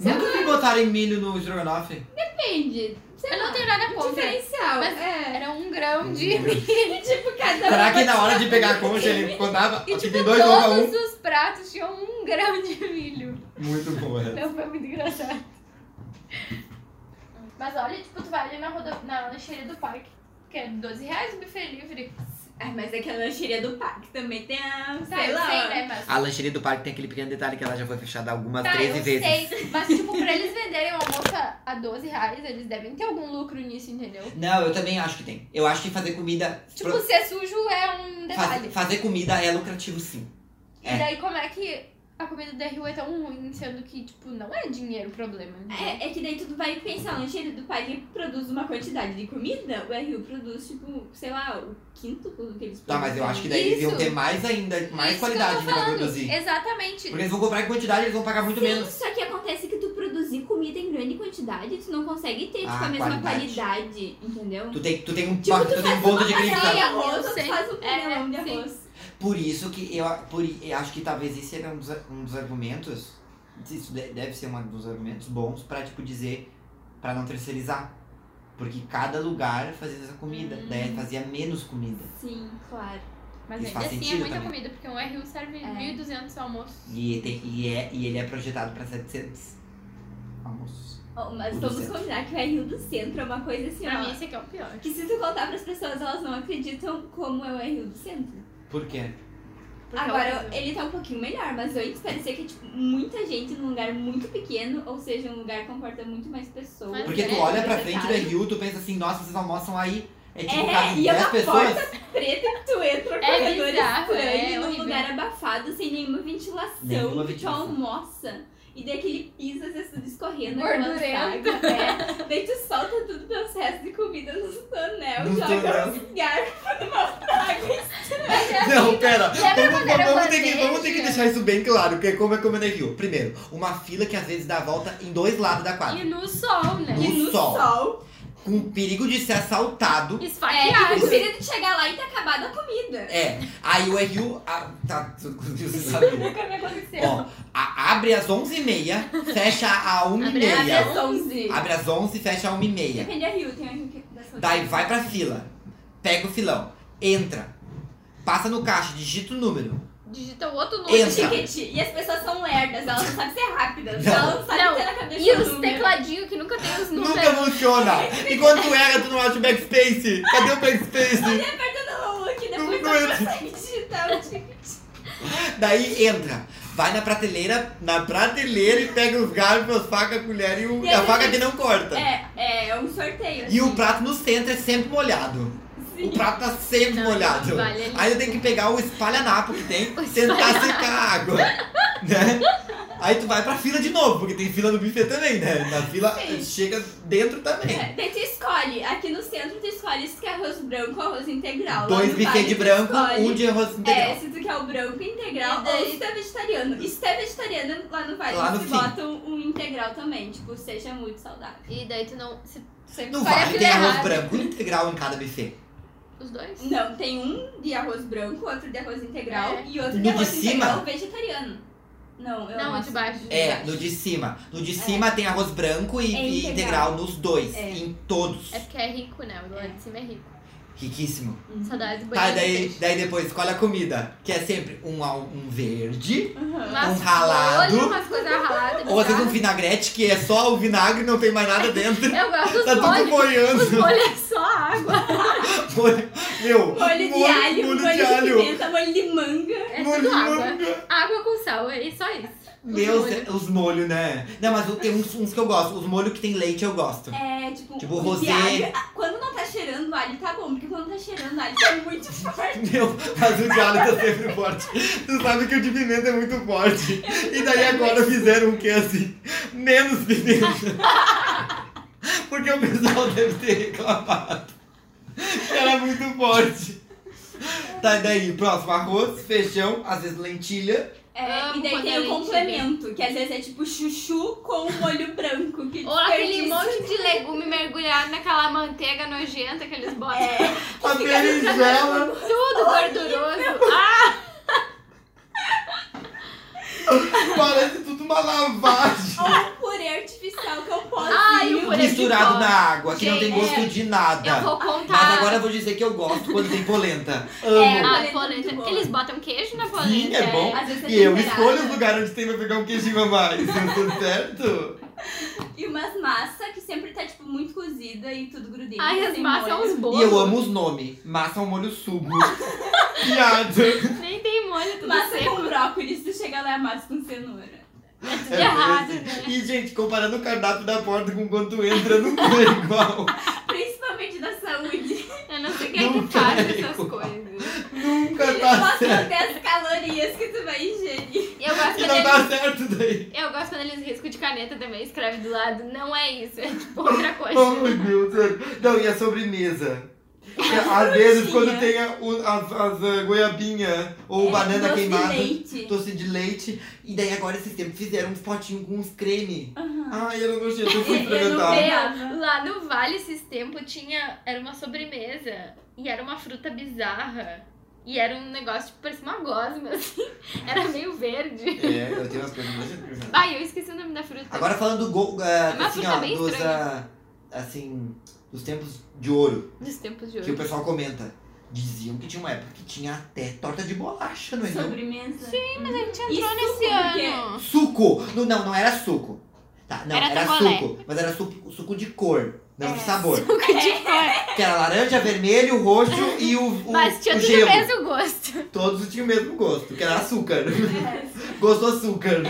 [SPEAKER 1] Nunca me botaram milho no estrogonofe.
[SPEAKER 7] depende. Sei
[SPEAKER 4] Eu
[SPEAKER 7] lá,
[SPEAKER 4] não tenho nada contra.
[SPEAKER 7] diferencial.
[SPEAKER 4] Mas-
[SPEAKER 7] É.
[SPEAKER 4] Era um grão de milho.
[SPEAKER 7] tipo, cada
[SPEAKER 1] Será
[SPEAKER 7] uma
[SPEAKER 1] que na hora de pegar a concha ele contava?
[SPEAKER 4] E
[SPEAKER 1] Aqui
[SPEAKER 4] tipo,
[SPEAKER 1] tem dois ovo a um.
[SPEAKER 4] todos os pratos tinham um grão de milho.
[SPEAKER 1] Muito bom, é.
[SPEAKER 4] Não, foi muito engraçado. Mas olha, tipo, tu vai ali na, rodo... na lancheria do parque, que é 12 reais o buffet livre.
[SPEAKER 7] Ah, mas é que a lancheria do parque também tem a.
[SPEAKER 4] Tá,
[SPEAKER 7] sei
[SPEAKER 4] eu
[SPEAKER 7] lá.
[SPEAKER 4] sei, né? Mas
[SPEAKER 1] A lancheria do parque tem aquele pequeno detalhe que ela já foi fechada algumas
[SPEAKER 4] Tá,
[SPEAKER 1] 13
[SPEAKER 4] eu
[SPEAKER 1] vezes.
[SPEAKER 4] sei, mas tipo, pra eles venderem o almoço a- a 12 reais, eles devem ter algum lucro nisso, entendeu?
[SPEAKER 1] Não, eu também acho que tem. Eu acho que fazer comida.
[SPEAKER 4] Tipo, se é sujo é um detalhe.
[SPEAKER 1] faz- fazer comida é lucrativo, sim. é.
[SPEAKER 4] E daí como é que a comida da Rio é tão ruim, sendo que, tipo, não é dinheiro o problema. entendeu?
[SPEAKER 7] É, é que daí tu vai pensar, a lancheira do parque produz uma quantidade de comida, o RU produz, tipo, sei lá, o quinto do que eles produzem.
[SPEAKER 1] Tá, mas eu acho que daí eles iam
[SPEAKER 4] Isso.
[SPEAKER 1] ter mais ainda, mais
[SPEAKER 4] é Isso que eu tô
[SPEAKER 1] qualidade ainda pra
[SPEAKER 4] falando.
[SPEAKER 1] produzir.
[SPEAKER 4] Exatamente.
[SPEAKER 1] Porque eles vão comprar em quantidade, eles vão pagar muito menos.
[SPEAKER 7] Só que acontece que tu produzir comida em grande quantidade, tu não consegue ter, tipo,
[SPEAKER 1] Ah,
[SPEAKER 7] a mesma
[SPEAKER 1] qualidade.
[SPEAKER 7] qualidade, entendeu?
[SPEAKER 1] Tu tem, tu tem um,
[SPEAKER 7] Tipo,
[SPEAKER 1] ba-
[SPEAKER 7] tu
[SPEAKER 1] tu tem um bolo de
[SPEAKER 7] panela de
[SPEAKER 1] grita.
[SPEAKER 7] arroz, ou tu
[SPEAKER 4] Sim.
[SPEAKER 7] faz um panelão de
[SPEAKER 4] É, sim.
[SPEAKER 7] arroz.
[SPEAKER 1] Por isso que eu, por, eu acho que talvez esse era um dos, um dos argumentos. Isso de- deve ser um dos argumentos bons pra, tipo, dizer, pra não terceirizar. Porque cada lugar fazia essa comida,
[SPEAKER 7] Hum.
[SPEAKER 1] daí fazia menos comida.
[SPEAKER 7] Sim, claro.
[SPEAKER 4] Mas
[SPEAKER 1] Isso
[SPEAKER 4] ainda
[SPEAKER 1] faz
[SPEAKER 4] assim é
[SPEAKER 1] sentido
[SPEAKER 4] muita
[SPEAKER 1] também.
[SPEAKER 4] comida, porque um RU serve 1.200 almoços.
[SPEAKER 1] E, tem- e, é, e ele é projetado pra 700 almoços.
[SPEAKER 7] Ó, mas
[SPEAKER 1] O do
[SPEAKER 7] vamos
[SPEAKER 1] centro.
[SPEAKER 7] combinar que o RU do centro é uma coisa assim,
[SPEAKER 4] Pra mim
[SPEAKER 7] ó,
[SPEAKER 4] esse aqui é o pior.
[SPEAKER 7] que se tu contar pras pessoas, elas não acreditam como é o RU do centro.
[SPEAKER 1] Por quê?
[SPEAKER 4] Porque é
[SPEAKER 7] Agora,
[SPEAKER 4] horrível.
[SPEAKER 7] ele tá um pouquinho melhor, mas antes parecia que tipo, muita gente num lugar muito pequeno, ou seja, um lugar que comporta muito mais pessoas.
[SPEAKER 4] Mas
[SPEAKER 1] Porque tu
[SPEAKER 4] É,
[SPEAKER 1] olha
[SPEAKER 7] mais
[SPEAKER 1] pra frente do
[SPEAKER 7] detalhes.
[SPEAKER 1] Rio, tu pensa assim, nossa, vocês almoçam aí. É tipo,
[SPEAKER 7] É,
[SPEAKER 1] cabe
[SPEAKER 7] e né? é
[SPEAKER 1] 10
[SPEAKER 7] uma
[SPEAKER 1] pessoas.
[SPEAKER 7] Preto e tu entra no
[SPEAKER 4] É
[SPEAKER 7] corredor
[SPEAKER 4] bizarro,
[SPEAKER 7] estranho,
[SPEAKER 4] é
[SPEAKER 7] num
[SPEAKER 4] horrível.
[SPEAKER 7] lugar ar abafado, sem nenhuma ventilação,
[SPEAKER 1] Nenhuma
[SPEAKER 7] que
[SPEAKER 1] ventilação.
[SPEAKER 7] tu almoça. E daí aquele pisa, às vezes tudo escorrendo.
[SPEAKER 2] Gordurento.
[SPEAKER 7] aquelas águas, É. Daí tu solta tudo teus restos de comida nos tonel,
[SPEAKER 1] Nos
[SPEAKER 7] joga
[SPEAKER 1] tonel.
[SPEAKER 7] um cigarro numa praga.
[SPEAKER 1] Não, pera.
[SPEAKER 4] Lembra
[SPEAKER 1] Vamos,
[SPEAKER 4] quando era
[SPEAKER 1] vamos ter que,
[SPEAKER 4] bandeja?
[SPEAKER 1] vamos ter que deixar isso bem claro, porque como é Comida Rio? Primeiro, uma fila que às vezes dá a volta em dois lados da
[SPEAKER 4] E
[SPEAKER 1] quadra.
[SPEAKER 4] no sol, né?
[SPEAKER 1] No
[SPEAKER 7] E no
[SPEAKER 1] sol.
[SPEAKER 7] sol.
[SPEAKER 1] Com perigo de ser assaltado.
[SPEAKER 7] É, e
[SPEAKER 4] Esfaqueado.
[SPEAKER 7] com perigo de chegar lá e ter acabado a comida.
[SPEAKER 1] É. Aí o RU. a- tá, tudo com você sabe.
[SPEAKER 7] Nunca me aconteceu.
[SPEAKER 1] Ó, a- abre às 11h30, fecha às 1h30.
[SPEAKER 4] Abre-
[SPEAKER 7] Abre
[SPEAKER 4] meia.
[SPEAKER 7] às 11.
[SPEAKER 1] Abre às 11 e fecha às 1h30.
[SPEAKER 7] É Depende da Rio, tem a Rio que dá saúde.
[SPEAKER 1] Daí vai pra fila. Pega o filão. Entra. Passa no caixa, digita o número.
[SPEAKER 4] Digita o outro número.
[SPEAKER 1] Entra.
[SPEAKER 7] Tiquete. E as pessoas são lerdas, elas não sabem ser rápidas.
[SPEAKER 1] Não.
[SPEAKER 7] Elas não sabem
[SPEAKER 4] Não.
[SPEAKER 7] ter tá na cabeça
[SPEAKER 4] E
[SPEAKER 7] o
[SPEAKER 4] os
[SPEAKER 7] número.
[SPEAKER 4] tecladinhos que nunca tem os números.
[SPEAKER 1] Nunca funciona. E quando tu erra, tu não acha o backspace. Cadê o backspace?
[SPEAKER 7] Cada um aqui depois
[SPEAKER 1] Não
[SPEAKER 7] não
[SPEAKER 1] aguento.
[SPEAKER 7] consegue digitar o ticket.
[SPEAKER 1] Daí entra. Vai na prateleira, na prateleira e pega os garfos, as facas, a colher e, o-
[SPEAKER 7] E
[SPEAKER 1] a
[SPEAKER 7] aí,
[SPEAKER 1] faca que não corta.
[SPEAKER 7] É, é, é um sorteio.
[SPEAKER 1] E o
[SPEAKER 7] assim.
[SPEAKER 1] prato no centro é sempre molhado. O prato tá sempre
[SPEAKER 4] Não,
[SPEAKER 1] molhado.
[SPEAKER 4] não né? vale ali.
[SPEAKER 1] Aí eu tenho que pegar o espalhanapo que tem,
[SPEAKER 4] O
[SPEAKER 1] tentar secar a água. Né? Aí tu vai pra fila de novo, porque tem fila no buffet também, né? Na fila
[SPEAKER 7] Sim.
[SPEAKER 1] chega dentro também.
[SPEAKER 7] É, daí tu escolhe. Aqui no centro tu escolhe se tu quer arroz branco ou arroz integral. Lá
[SPEAKER 1] Dois
[SPEAKER 7] no
[SPEAKER 1] buffet
[SPEAKER 7] vale
[SPEAKER 1] de
[SPEAKER 7] tu
[SPEAKER 1] branco,
[SPEAKER 7] É, escolhe.
[SPEAKER 1] um de arroz integral.
[SPEAKER 7] É, se tu quer o branco integral
[SPEAKER 9] E daí-
[SPEAKER 7] ou se tu é vegetariano. E se tu é vegetariano, lá no Vale
[SPEAKER 1] Lá no
[SPEAKER 7] eles
[SPEAKER 1] fim.
[SPEAKER 7] botam um integral também. Tipo, seja muito saudável.
[SPEAKER 4] E daí tu não. Se, sempre
[SPEAKER 1] Não
[SPEAKER 4] escolhe a
[SPEAKER 1] vale
[SPEAKER 4] fila
[SPEAKER 1] ter arroz
[SPEAKER 4] errada.
[SPEAKER 1] branco integral em cada buffet.
[SPEAKER 4] Os dois?
[SPEAKER 7] Não, tem um de arroz branco, outro de arroz integral
[SPEAKER 4] É.
[SPEAKER 7] e outro
[SPEAKER 1] No
[SPEAKER 7] de
[SPEAKER 1] Um de
[SPEAKER 7] arroz
[SPEAKER 1] cima?
[SPEAKER 7] integral vegetariano. Não, eu
[SPEAKER 4] Não, o
[SPEAKER 7] não
[SPEAKER 4] de baixo.
[SPEAKER 1] É, no de cima. No de cima tem arroz branco e,
[SPEAKER 7] É
[SPEAKER 1] e
[SPEAKER 7] integral.
[SPEAKER 1] integral nos dois.
[SPEAKER 7] É.
[SPEAKER 1] Em todos.
[SPEAKER 4] É porque é rico, né? O do lado de cima é rico.
[SPEAKER 1] Riquíssimo.
[SPEAKER 4] Saudades boas.
[SPEAKER 1] Tá, daí, daí depois escolhe a comida. Que é sempre um, al- um verde.
[SPEAKER 7] Aham.
[SPEAKER 4] Umas
[SPEAKER 1] Um ralado.
[SPEAKER 4] folhas, umas coisas raladas.
[SPEAKER 1] Ou às vezes um
[SPEAKER 4] bizarras.
[SPEAKER 1] vinagrete que é só o vinagre e não tem mais nada dentro.
[SPEAKER 4] Eu gosto dos
[SPEAKER 1] Tá tudo
[SPEAKER 4] molhos. Os
[SPEAKER 1] boiando.
[SPEAKER 4] molhos é só água.
[SPEAKER 1] Molho- Meu,
[SPEAKER 7] Molho de alho, molho,
[SPEAKER 1] molho de alho.
[SPEAKER 7] de pimenta, molho de manga.
[SPEAKER 4] É
[SPEAKER 1] Molho de
[SPEAKER 4] tudo água.
[SPEAKER 1] manga.
[SPEAKER 4] Água com sal, é só isso. Os
[SPEAKER 1] Meu,
[SPEAKER 4] molhos.
[SPEAKER 1] cê- os molhos, né? Não, mas tem uns, uns que eu gosto. Os molhos que tem leite eu gosto.
[SPEAKER 7] É, tipo,
[SPEAKER 1] Tipo,
[SPEAKER 7] o
[SPEAKER 1] rosé.
[SPEAKER 7] de alho. Ah, Quando não tá cheirando alho, tá bom. Porque quando tá cheirando alho, tá muito forte.
[SPEAKER 1] Meu, mas o de alho tá sempre forte. Tu sabe que o de pimenta é muito forte. E daí agora fizeram um que é assim, menos pimenta. Porque o pessoal deve ter reclamado. que Era muito forte. Tá, e daí, próximo, arroz, feijão, às vezes lentilha.
[SPEAKER 7] É, e
[SPEAKER 4] Amo
[SPEAKER 7] daí
[SPEAKER 4] quando
[SPEAKER 7] tem
[SPEAKER 4] é
[SPEAKER 7] o
[SPEAKER 4] leite
[SPEAKER 7] complemento, que às vezes é tipo chuchu com molho branco. Que
[SPEAKER 4] Ou aquele
[SPEAKER 7] desperdiça.
[SPEAKER 4] monte de legume mergulhado naquela manteiga nojenta que eles botam.
[SPEAKER 7] É,
[SPEAKER 1] A berinjela.
[SPEAKER 4] Tudo gorduroso. Ah,
[SPEAKER 1] Parece tudo uma lavagem.
[SPEAKER 7] ou um purê artificial que é um pozinho.
[SPEAKER 4] Ai, o purê.
[SPEAKER 1] Misturado na água, que não tem
[SPEAKER 4] Gente,
[SPEAKER 1] gosto
[SPEAKER 7] é.
[SPEAKER 1] de nada.
[SPEAKER 4] eu vou contar.
[SPEAKER 1] Mas agora eu vou dizer que eu gosto quando tem polenta.
[SPEAKER 7] É,
[SPEAKER 1] Amo.
[SPEAKER 4] a
[SPEAKER 7] polenta é muito
[SPEAKER 4] Ah, polenta.
[SPEAKER 7] boa.
[SPEAKER 4] Eles botam queijo na polenta.
[SPEAKER 1] Sim, é bom.
[SPEAKER 7] Às vezes é
[SPEAKER 1] E eu
[SPEAKER 7] temperada.
[SPEAKER 1] escolho os lugares onde tem pra pegar um queijinho a mais, eu tô certo?
[SPEAKER 7] E umas massas que sempre tá, tipo, muito cozida e tudo grudento.
[SPEAKER 4] Ai, as
[SPEAKER 7] sem
[SPEAKER 4] massas são
[SPEAKER 7] molho.
[SPEAKER 4] uns bolos.
[SPEAKER 1] E eu amo os nomes. Massa ao molho sugo. Piada.
[SPEAKER 4] Nem tem molho, tudo
[SPEAKER 7] Massa
[SPEAKER 4] seco.
[SPEAKER 7] com brócolis, tu chega lá é massa com cenoura.
[SPEAKER 4] É tudo
[SPEAKER 1] É
[SPEAKER 4] errado,
[SPEAKER 1] mesmo.
[SPEAKER 4] né?
[SPEAKER 1] E, gente, comparando o cardápio da porta com quanto entra, não é igual.
[SPEAKER 7] Principalmente da saúde.
[SPEAKER 4] Eu não sei quem é
[SPEAKER 1] Não
[SPEAKER 4] que faz
[SPEAKER 1] é
[SPEAKER 4] essas
[SPEAKER 1] igual.
[SPEAKER 4] coisas.
[SPEAKER 1] Nunca
[SPEAKER 7] Eles
[SPEAKER 1] tá
[SPEAKER 7] mostram
[SPEAKER 1] certo.
[SPEAKER 7] até as calorias que tu vai ingerir.
[SPEAKER 4] E eu gosto
[SPEAKER 1] E
[SPEAKER 4] quando
[SPEAKER 7] é
[SPEAKER 1] não
[SPEAKER 4] eles
[SPEAKER 1] tá certo daí.
[SPEAKER 4] Eu gosto quando eles riscam de caneta também, escreve do lado. Não é isso, é tipo outra
[SPEAKER 1] Oh,
[SPEAKER 4] coisa.
[SPEAKER 1] meu Deus. do céu. Não, e a sobremesa? Às vezes, quando tem a- o- as, as ah, goiabinha ou
[SPEAKER 7] É,
[SPEAKER 1] banana
[SPEAKER 7] doce de
[SPEAKER 1] queimada,
[SPEAKER 7] leite.
[SPEAKER 1] doce de leite. E daí, agora, esses tempos fizeram uns potinhos com uns creme.
[SPEAKER 7] Aham.
[SPEAKER 1] Ai, Ah, eu não gostei, eu fui
[SPEAKER 7] Eu- eu não
[SPEAKER 1] experimentar.
[SPEAKER 7] vejo.
[SPEAKER 4] Meu, lá no Vale, esses tempos, tinha... Era uma sobremesa. E era uma fruta bizarra. E era um negócio, tipo, parecia uma gosma, assim. Era meio verde.
[SPEAKER 1] É, eu tenho umas coisas muito estranhas.
[SPEAKER 4] Ai, eu esqueci o nome da fruta.
[SPEAKER 1] Agora falando do gol, ah,
[SPEAKER 4] uma
[SPEAKER 1] assim,
[SPEAKER 4] fruta
[SPEAKER 1] ó,
[SPEAKER 4] bem
[SPEAKER 1] dos,
[SPEAKER 4] estranha.
[SPEAKER 1] ah, assim, dos tempos de ouro,
[SPEAKER 4] Dos tempos de
[SPEAKER 1] que o
[SPEAKER 4] hoje.
[SPEAKER 1] pessoal comenta. Diziam que tinha uma época que tinha até torta de bolacha, não é? não?
[SPEAKER 7] Sobremesa. Sim, mas a gente
[SPEAKER 4] Entrou nesse ano.
[SPEAKER 1] Suco! Não, não, não era suco. Tá, não,
[SPEAKER 4] Era É.
[SPEAKER 1] era,
[SPEAKER 4] picolé.
[SPEAKER 1] suco. Mas era suco, suco de cor, não de sabor.
[SPEAKER 4] De cor.
[SPEAKER 1] Que era laranja, vermelho, roxo e o, o,
[SPEAKER 4] Mas tinha
[SPEAKER 1] o
[SPEAKER 4] tudo o
[SPEAKER 1] gelo.
[SPEAKER 4] mesmo gosto.
[SPEAKER 1] Todos tinham o mesmo gosto, que era açúcar. Gosto açúcar.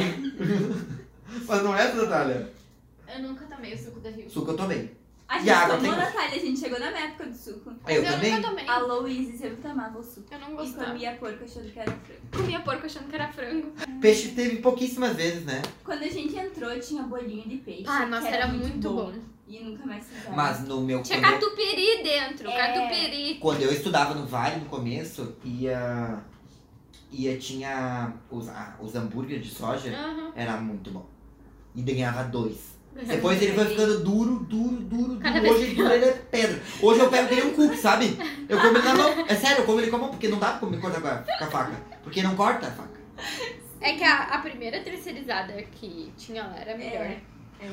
[SPEAKER 1] mas não é, Natália?
[SPEAKER 9] Eu nunca tomei o suco da Rio.
[SPEAKER 1] Suco eu tomei.
[SPEAKER 7] A gente
[SPEAKER 1] E água,
[SPEAKER 7] tomou,
[SPEAKER 1] tem-
[SPEAKER 7] Natália, a gente chegou na minha época do suco.
[SPEAKER 1] Aí eu
[SPEAKER 4] Mas
[SPEAKER 1] também.
[SPEAKER 4] nunca tomei.
[SPEAKER 7] A Louise sempre tomava o suco.
[SPEAKER 4] Eu não
[SPEAKER 7] E
[SPEAKER 4] gostava.
[SPEAKER 7] comia porco achando que era frango.
[SPEAKER 4] Comia porco achando que era frango.
[SPEAKER 1] Peixe teve pouquíssimas vezes, né?
[SPEAKER 7] Quando a gente entrou, tinha bolinho de peixe.
[SPEAKER 4] Ah,
[SPEAKER 7] que
[SPEAKER 4] nossa, era, muito bom.
[SPEAKER 7] E nunca mais se usava.
[SPEAKER 1] Mas no meu.
[SPEAKER 4] É. Tinha
[SPEAKER 1] quando eu-
[SPEAKER 4] catupiry dentro,
[SPEAKER 7] É.
[SPEAKER 4] catupiry.
[SPEAKER 1] quando eu estudava no Vale no começo, ia. ia tinha os, ah, os hambúrguer de soja,
[SPEAKER 4] Aham.
[SPEAKER 1] era muito bom. E ganhava dois. Depois ele foi ficando duro, duro, duro,
[SPEAKER 4] Cada
[SPEAKER 1] duro.
[SPEAKER 4] vez
[SPEAKER 1] Hoje ele duro, ele é pedra. Hoje eu pego que nem um cubo, sabe? Eu como ele na mão. É sério, eu como ele com a mão, porque não dá pra comer cortar com a, com a faca. Porque não corta a faca.
[SPEAKER 4] É que a, a primeira terceirizada que tinha lá era melhor.
[SPEAKER 7] É.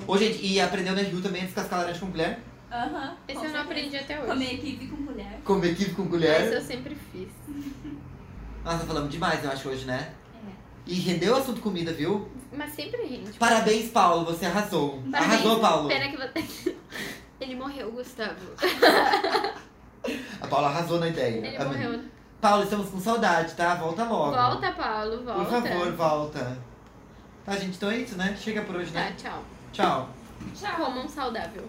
[SPEAKER 1] Ô, gente, e aprendeu na Rio também a descascar laranja com colher.
[SPEAKER 7] Aham.
[SPEAKER 4] Esse eu não
[SPEAKER 7] com certeza.
[SPEAKER 4] aprendi até hoje.
[SPEAKER 7] Comer kiwi com colher.
[SPEAKER 1] Comer kiwi com
[SPEAKER 4] Mas eu
[SPEAKER 1] colher.
[SPEAKER 4] sempre fiz.
[SPEAKER 1] Nossa, falamos demais, eu acho, hoje, né?
[SPEAKER 4] É.
[SPEAKER 1] E rendeu o assunto comida, viu?
[SPEAKER 4] Mas sempre rende.
[SPEAKER 1] Parabéns, Paulo, você arrasou.
[SPEAKER 4] Parabéns.
[SPEAKER 1] Arrasou, Paulo.
[SPEAKER 4] Pena que você. Ele morreu, Gustavo.
[SPEAKER 1] A Paula arrasou na ideia.
[SPEAKER 4] Ele
[SPEAKER 1] Amém.
[SPEAKER 4] morreu.
[SPEAKER 1] Paula, estamos com saudade, tá? Volta logo.
[SPEAKER 4] Volta, Paulo, volta.
[SPEAKER 1] Por favor, volta. Tá, gente, então é isso, né? Chega por hoje,
[SPEAKER 4] Tá,
[SPEAKER 1] né?
[SPEAKER 4] tchau.
[SPEAKER 1] Tchau.
[SPEAKER 4] Comam saudável.